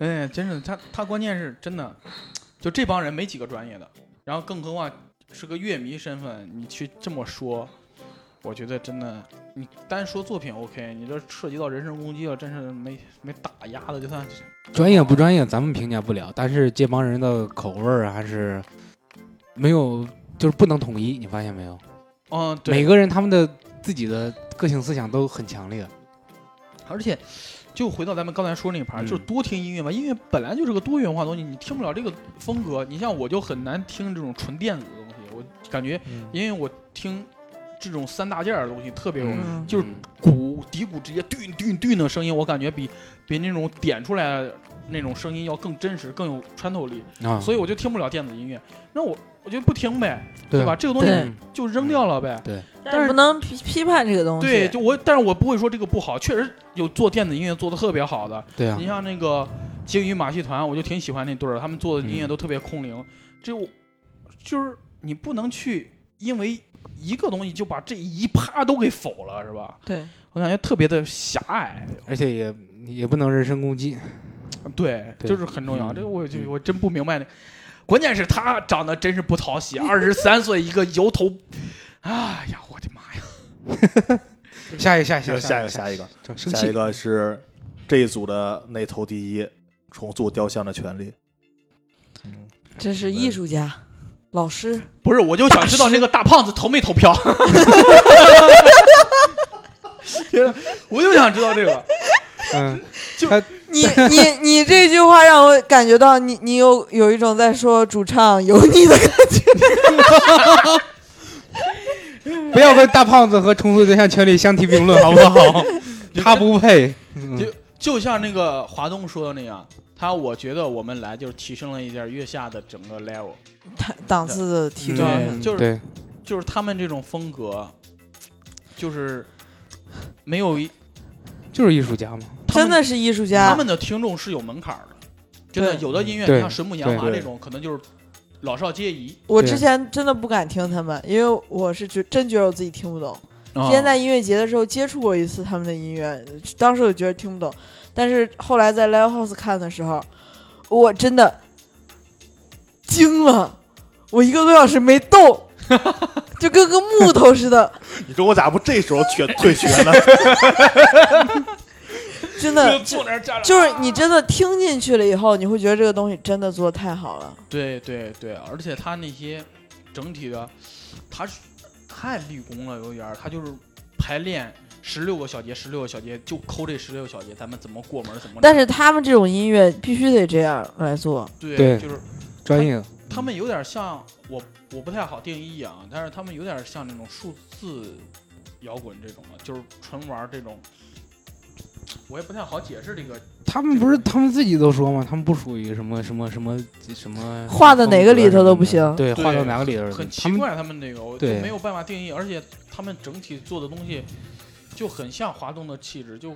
S2: 哎，真是他他关键是真的，就这帮人没几个专业的，然后更何况是个乐迷身份，你去这么说，我觉得真的，你单说作品 OK，你这涉及到人身攻击了，真是没没打压的，就算是
S3: 专业不专业咱们评价不了，但是这帮人的口味儿还是没有，就是不能统一，你发现没有？
S2: 嗯，对，
S3: 每个人他们的自己的个性思想都很强烈，
S2: 而且，就回到咱们刚才说那一盘儿，
S3: 嗯
S2: 就是多听音乐嘛，音乐本来就是个多元化的东西，你听不了这个风格，你像我就很难听这种纯电子的东西，我感觉嗯因为我听这种三大件儿的东西特别有
S4: 嗯
S2: 就是鼓底鼓直接嘚嘚嘚的声音，我感觉比比那种点出来的那种声音要更真实，更有穿透力，
S3: 啊，
S2: 所以我就听不了电子音乐，那我我就不听呗，
S3: 对
S2: 吧？这个东西
S3: 嗯
S2: 就扔掉了呗。但
S4: 但
S2: 是
S4: 是不能批批判这个东西。
S2: 对，就我，但是我不会说这个不好，确实有做电子音乐做的特别好的，
S3: 对啊
S2: 你，像那个鲸鱼马戏团，我就挺喜欢那对儿，他们做的音乐都特别空灵。这我就是你不能去因为一个东西就把这一趴都给否了，是吧？
S4: 对，
S2: 我感觉特别的狭隘，
S3: 而且也也不能人身攻击，
S2: 对，
S3: 对
S2: 就是很重要。
S3: 嗯
S2: 这个我就
S3: 嗯
S2: 我真不明白那，关键是他长得真是不讨 喜，啊二十三岁一个油头，哎呀，我的妈呀！
S3: 下一个下一
S1: 行
S3: 个
S1: 下一个，
S3: 一
S1: 下一个，
S3: 个，生
S1: 下一
S3: 气，
S1: 个是这一组的那头第一，重塑雕像的权 利。嗯，
S4: 这是艺术家、老师，
S2: 不是，我就想知道那个大胖子投没投 票。我就想知道这个。
S3: 嗯，
S4: 你你你这句话让我感觉到你你有有一种在说主唱油腻的感觉。
S3: 不要跟大胖子和重塑对象权利相提并论，好不 好？他不配，嗯
S2: 就像那个华东说的那样，他我觉得我们来就是提升了一点月下的整个 level，
S4: 档次的提
S2: 对
S4: 高，
S2: 嗯就是
S3: 对，
S2: 就是他们这种风格，就是没有一
S3: 就是艺术家嘛，
S2: 他们
S4: 真的是艺术家。
S2: 他们的听众是有门槛儿的，真的
S4: 对
S2: 有的音乐，
S3: 对
S2: 你像水木年华
S1: 对
S2: 这种，可能就是老少皆宜。
S4: 我
S3: 对
S4: 之前真的不敢听他们，因为我是觉真觉得我自己听不懂。之前
S2: 现
S4: 在音乐节的时候接触过一次他们的音乐，当时我觉得听不懂，但是后来在 Live House 看的时候，我真的惊了，我一个多小时没动，就跟个木头似的，
S1: 你说我咋不这时候缺退学呢？
S2: 就
S4: 真的
S2: 坐那儿站着，
S4: 就是你真的听进去了以后，你会觉得这个东西真的做的太好了。
S2: 对对对，而且他那些整体的，他是太立功了，有点儿，他就是排练十六个小节，十六个小节就抠这十六个小节，咱们怎么过门儿怎么来。
S4: 但是他们这种音乐必须得这样来做，
S2: 对，
S3: 对
S2: 就是
S3: 专业的，
S2: 他们有点像我，我不太好定义啊，但是他们有点像那种数字摇滚这种的，就是纯玩这种，我也不太好解释这个。
S3: 他们不是他们自己都说嘛，他们不属于什么什么什么什么
S4: 画到哪个里头都不行
S3: 风格什么的对，
S2: 对
S3: 画到哪个里头都
S2: 很
S3: 他
S2: 奇
S3: 们
S2: 怪，他们这个我就
S3: 对
S2: 没有办法定义，而且他们整体做的东西就很像华东的气质，就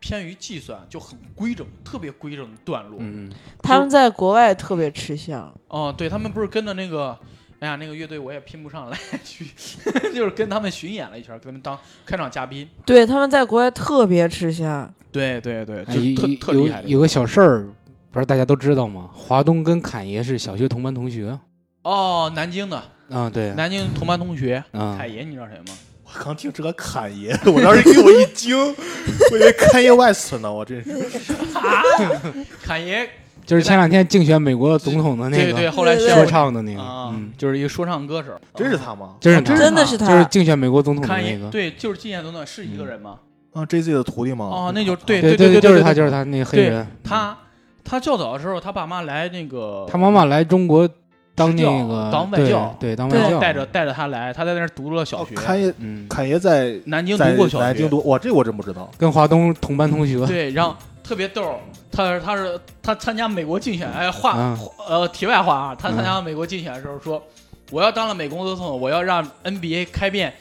S2: 偏于计算，就很规整，特别规整的段落。
S3: 嗯，
S4: 他们在国外特别吃香。
S2: 哦，对他们不是跟着那个，哎呀，那个乐队我也拼不上来，去 就是跟他们巡演了一圈，给他们当开场嘉宾。
S4: 对，他们在国外特别吃香。
S2: 对对对，
S3: 哎
S2: 就特
S3: 有
S2: 特
S3: 有
S2: 厉害的
S3: 有个小事儿，不是大家都知道吗？华东跟侃爷是小学同班同学
S2: 哦，南京的
S3: 啊，对，
S2: 南京同班同学
S3: 啊
S2: 凯，爷，你知道谁吗？
S1: 我刚听这个侃爷，我当时给我一惊，我以为 Kanye West 呢，我真 是。
S2: 啊凯爷，
S3: 就是前两天竞选美国总统的那
S2: 对
S3: 个
S2: 对，后来
S4: 对
S2: 选
S3: 说唱的那个，
S2: 啊
S3: 嗯，，
S2: 就是一个说唱歌手，
S1: 真是他吗？
S3: 真是
S2: 真
S3: 他
S2: 是
S4: 啊真的
S2: 吗
S4: 是
S3: 就是
S4: 他，
S3: 竞选美国总统的
S2: 看
S3: 那
S2: 一
S3: 个，嗯
S2: 对，就是纪念总统是一个人吗？
S1: 啊，J Z 的徒弟吗？
S2: 哦，那就对
S3: 对
S2: 对对，
S3: 就是他，
S2: 对
S3: 就是他那个黑
S2: 对
S3: 人，
S2: 他。他较早的时候，他爸妈来那个，
S3: 他妈妈来中国当
S2: 支教
S3: 那个
S2: 当外
S3: 对
S2: 教
S3: 对当
S2: 然
S3: 外
S2: 后
S3: 教，
S2: 带着带着他来，他在那儿读了小学，
S1: 哦侃爷，
S3: 嗯，
S1: 侃爷在
S2: 南京
S1: 在
S2: 读过小学，
S1: 南京读，哇，这我真不知道。
S3: 跟华东同班同学，
S2: 对，然后特别逗儿，他他是他参加美国竞选，哎，话、
S3: 嗯
S2: 呃，题外话啊，他参加美国竞选的时候说，我要当了美国总统，我要让 NBA 开遍。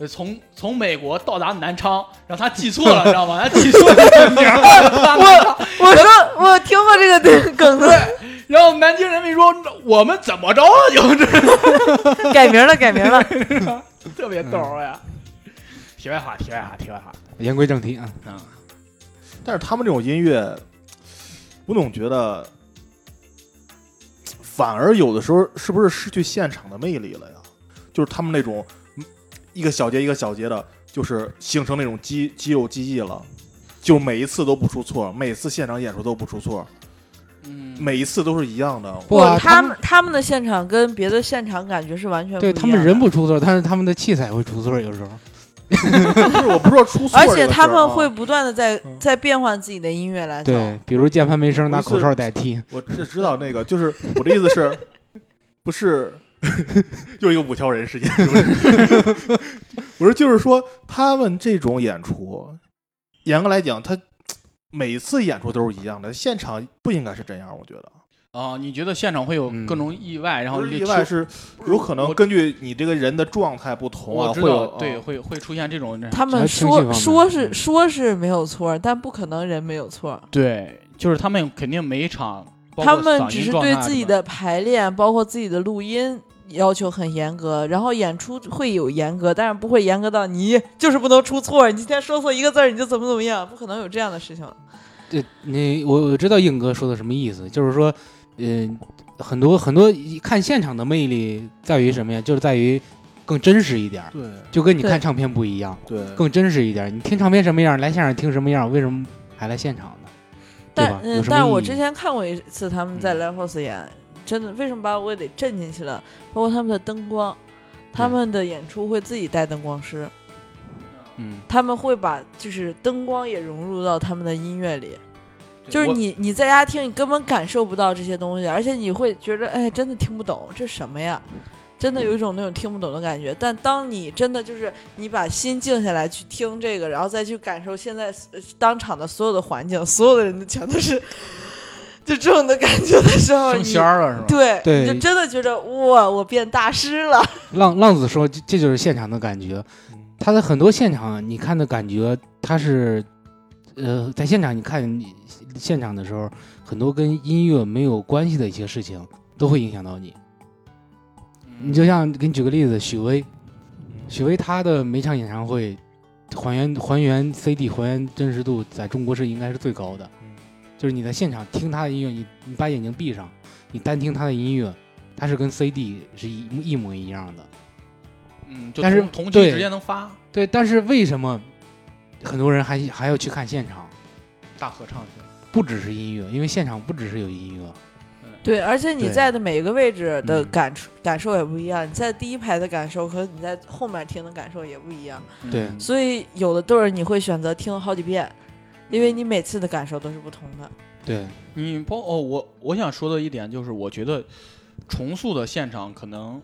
S2: 呃从从美国到达南昌，然后他记错了，知道吗？他记错了地名儿，到达南昌
S4: 我说我听过 这个梗子，
S2: 然后南京人民说我们怎么着啊？就这
S4: 改名了，改名了。
S2: 特别逗儿呀。嗯题外话，题外话，题外话。
S3: 言归正题啊，
S1: 但是他们这种音乐，我总觉得，反而有的时候是不是失去现场的魅力了呀？就是他们那种嗯一个小节一个小节的，就是形成那种肌肌肉记忆了，就每一次都不出错，每次现场演出都不出错，
S2: 嗯，
S1: 每一次都是一样的。
S3: 不啊，
S4: 他
S3: 们
S4: 们他们的现场跟别的现场感觉是完全不一
S3: 对
S4: 样的
S3: 他们人，不出错，但是他们的器材会出错，有时候。
S1: 不是，我不是说出错、
S4: 而
S1: 这个事
S4: 且
S1: 儿啊
S4: 他们会不断的在
S1: 嗯
S4: 在变换自己的音乐来走。
S3: 对，比如键盘没声，拿
S1: 我
S3: 口
S1: 是
S3: 哨代替。
S1: 我这知道那个，就是我的意思 是，不是 又一个五条人事件？是不是 我说就是说，他们这种演出，严格来讲，他每次演出都是一样的，现场不应该是这样。我觉得，
S2: 啊，你觉得现场会有
S3: 嗯
S2: 各种意外，然后
S1: 不是
S2: 你
S1: 意
S2: 就
S1: 外
S2: 出
S1: 是有可能
S2: 我
S1: 根据你这个人的状态不同啊，
S2: 我知
S1: 会有
S2: 道，对，
S1: 啊
S2: 会嗯会出现这种人。
S4: 他们
S3: 还情绪方
S4: 说
S3: 面
S4: 说是
S3: 嗯
S4: 说是没有错，但不可能人没有错。
S2: 对，就是他们肯定每一场，包括
S4: 他们
S2: 嗓
S4: 只
S2: 音
S4: 是
S2: 状
S4: 对
S2: 态
S4: 自
S2: 什
S4: 己
S2: 么
S4: 的排练，包括自己的录音要求很严格，然后演出会有严格，但是不会严格到你 就是不能出错，你今天说错一个字儿你就怎么怎么样，不可能有这样的事情。
S3: 对，你我我知道硬哥说的什么意思，就是说，嗯、很多很多一看现场的魅力在于什么呀？就是在于更真实一点儿，
S1: 对
S3: 就跟你
S4: 对
S3: 看唱片不一样，
S1: 对
S3: 更真实一点儿。你听唱片什么样，来现场听什么样，为什么还来现场呢？对
S4: 但
S3: 吧？有
S4: 嗯，
S3: 什么
S4: 但是我
S3: 意义
S4: 之前看过一次他们在
S3: 嗯
S4: Live House 演，真的为什么把我给震进去了？包括他们的灯光，他
S3: 对
S4: 们的演出会自己带灯光师，
S3: 嗯，
S4: 他们会把就是灯光也融入到他们的音乐里。
S2: 对
S4: 就是
S2: 我
S4: 你你在家听，你根本感受不到这些东西，而且你会觉得，哎，真的听不懂，这什么呀？真的有一种那种听不懂的感觉。但当你真的就是你把心静下来去听这个，然后再去感受现在呃当场的所有的环境，所有的人的全都是就这种的感觉的时候，
S2: 升
S4: 你
S2: 仙儿了是吧？
S4: 对，
S3: 对
S4: 你就真的觉得哇，我变大师了。
S3: 浪浪子说这这就是现场的感觉，他的很多现场啊你看的感觉，他是，呃，在现场你看现场的时候，很多跟音乐没有关系的一些事情都会影响到你。你就像给你举个例子，许巍，许巍他的每场演唱会还原还原 CD 还原真实度在中国是应该是最高的，
S2: 嗯
S3: 就是你在现场听他的音乐，你你把眼睛闭上，你单听他的音乐，它是跟 CD 是一一模一样的。
S2: 嗯，就
S3: 但是
S2: 同同期
S3: 对
S2: 直接能发
S3: 对，但是为什么很多人还还要去看现场？
S2: 大合唱去。
S3: 不只是音乐，因为现场不只是有音乐，
S4: 对，而且你
S3: 对
S4: 在的每一个位置的
S3: 嗯
S4: 感触、感受也不一样，你在第一排的感受和你在后面听的感受也不一样，
S3: 对
S2: 嗯
S4: 所以有的队儿你会选择听好几遍，因为你每次的感受都是不同的。
S3: 对，
S2: 你包哦，我我想说的一点就是，我觉得重塑的现场可能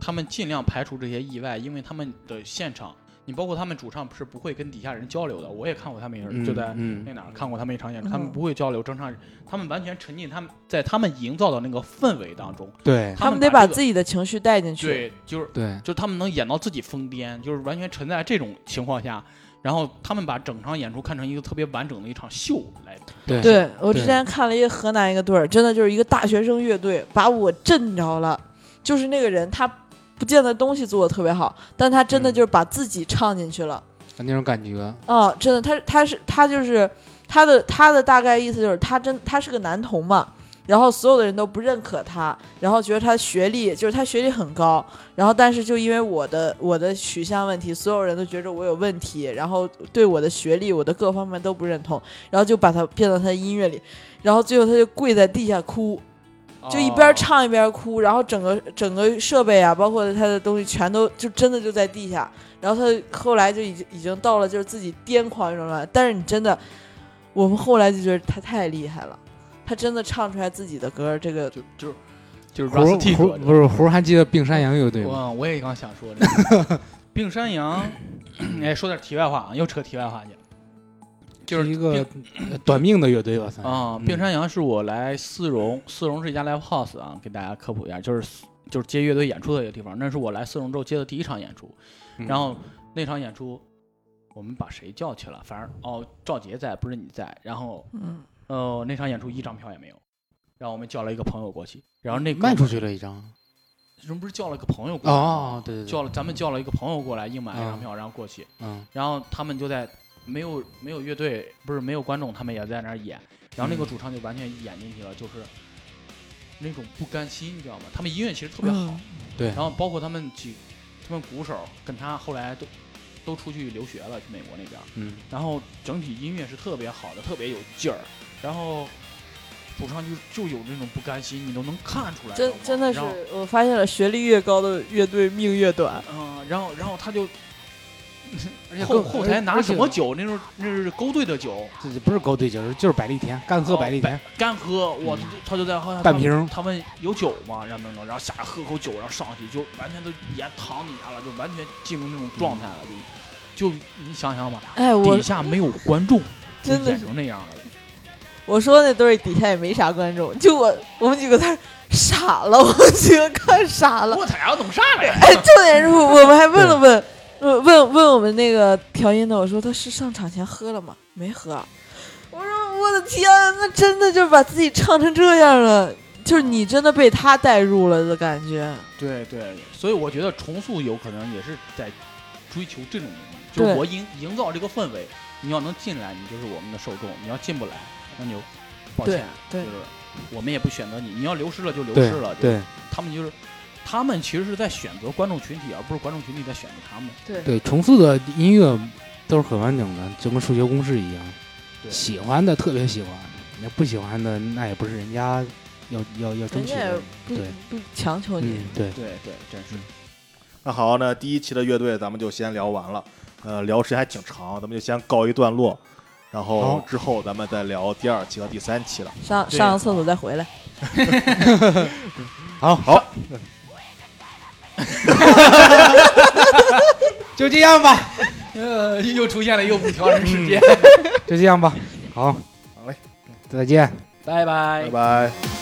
S2: 他们尽量排除这些意外，因为他们的现场，你包括他们主唱是不会跟底下人交流的。我也看过他们一人
S3: 嗯
S2: 就在
S3: 嗯
S2: 那哪儿看过他们一场演出，他们
S4: 嗯
S2: 不会交流，正常人，他们完全沉浸他们在他们营造的那个氛围当中，
S3: 对
S4: 他
S2: 们
S4: 们得把
S2: 这个
S4: 自己的情绪带进去。
S2: 对，就是
S3: 对
S2: 就是他们能演到自己疯癫，就是完全沉在这种情况下，然后他们把整场演出看成一个特别完整的一场秀来。
S3: 对
S4: 对，我之
S3: 对
S4: 前看了一个河南一个队儿，真的就是一个大学生乐队，把我震着了。就是那个人他不见得东西做的特别好，但他真的
S3: 嗯
S4: 就是把自己唱进去了。
S3: 那种感觉，
S4: 哦，真的，他他是他就是他的他的大概意思就是他真他是个男童嘛，然后所有的人都不认可他，然后觉得他学历就是他学历很高，然后但是就因为我的我的取向问题，所有人都觉着我有问题，然后对我的学历我的各方面都不认同，然后就把他变到他的音乐里，然后最后他就跪在地下哭，
S2: 哦
S4: 哦就一边唱一边哭，然后整个整个设备啊，包括他的东西，全都就真的就在地下。然后他后来就已经已经到了就是自己癫狂一种状态。但是你真的，我们后来就觉得他太厉害了，他真的唱出来自己的歌，这个
S2: 就就是就是
S3: 胡
S2: Rusty
S3: 胡
S2: 哥这
S3: 不
S2: 个。
S3: 是胡还记得病山羊乐队吗？
S2: 我我也刚想说这 个，病山羊，哎，说点题外话啊，又扯题外话去了，就是
S3: 一个呃短命的乐队吧，算是。
S2: 啊，
S3: 嗯
S2: 病山羊是我来丝绒，丝绒是一家 live house 啊，给大家科普一下，就是就是接乐队演出的一个地方。那是我来丝绒之后接的第一场演出，
S3: 嗯
S2: 然后那场演出我们把谁叫去了？反正哦，赵杰在，不是你在。然后
S4: 嗯，
S2: 呃，那场演出一张票也没有，然后我们叫了一个朋友过去，然后那
S3: 卖出
S2: 去，
S3: 去了一张。
S2: 人不是叫了个朋友过来吗？
S3: 哦，对对对，
S2: 叫了咱们叫了一个朋友过来硬买一张票，然后过去。
S3: 嗯
S2: 然后他们就在没有没有乐队，不是没有观众，他们也在那儿演。然后
S3: 嗯
S2: 那个主唱就完全演进去了，就是那种不甘心，你知道吗？他们音乐其实特别
S4: 嗯
S2: 好，
S3: 对
S2: 然后包括他们几，他们鼓手跟他后来都都出去留学了，去美国那边。
S3: 嗯
S2: 然后整体音乐是特别好的，特别有劲儿。然后主唱就就有那种不甘心，你都能看出来。
S4: 真
S2: 知道吗
S4: 真的是
S2: 然后，
S4: 我发现了，学历越高的乐队命越短。
S2: 嗯，然后然后他就
S3: 而且
S2: 后
S3: 更
S2: 后台拿什？么
S3: 而且
S2: 酒？那时候那是勾兑的酒，
S3: 这这不是狗对酒，就是百利甜，干喝
S2: 哦啊
S3: 百利甜。
S2: 干喝，我
S3: 嗯
S2: 他就他就在后台
S3: 半瓶儿
S2: 他问有酒吗？然后等等，然后下来喝口酒，然后上去就完全都也躺底下了，就完全进入那种状态了，就就你想想吧，
S4: 哎，我
S2: 底下没有观众，就
S4: 真的
S2: 演
S4: 是
S2: 成那样了。
S4: 我说那堆儿底下也没啥观众，就我我们几个在那儿傻了，我们几个看傻了。
S2: 我操，要懂啥来？
S4: 哎， 重点是我我们还问了问，问问问我们那个调音的，我说他是上场前喝了吗？没喝。我说我的天，啊那真的就把自己唱成这样了，就是你真的被他带入了的感觉。
S2: 对对，所以我觉得重塑有可能也是在追求这种东西，就是
S4: 对
S2: 我营营造这个氛围，你要能进来，你就是我们的受众；你要进不来，那你就抱
S4: 对
S2: 歉，就
S4: 对
S2: 是我们也不选择你，你要流失了就流
S3: 对
S2: 失了，就是
S3: 对
S2: 他们就是，他们其实是在选择观众群体，而不是观众群体在选择他们。
S4: 对
S3: 对，重塑的音乐都是很完整的，就跟数学公式一样。
S2: 对
S3: 喜欢的特别喜欢，那不喜欢的那也不是人家要要要争
S4: 人
S3: 取
S4: 家也
S3: 的。
S4: 不
S3: 对
S4: 不强求你。
S3: 嗯，对，
S2: 对对，真是。
S1: 那好，那第一期的乐队咱们就先聊完了，呃，聊时间还挺长，咱们就先告一段落，然后
S3: 好
S1: 之后咱们再聊第二期和第三期了。
S4: 上
S2: 对
S4: 上个厕所再回来。
S3: 好好，就这样吧，
S2: 呃，
S4: 嗯
S2: 又出现了又不调整 时间。
S3: 就这样吧，好，
S1: 好嘞，
S3: 再见。
S2: 拜拜
S1: 拜。拜。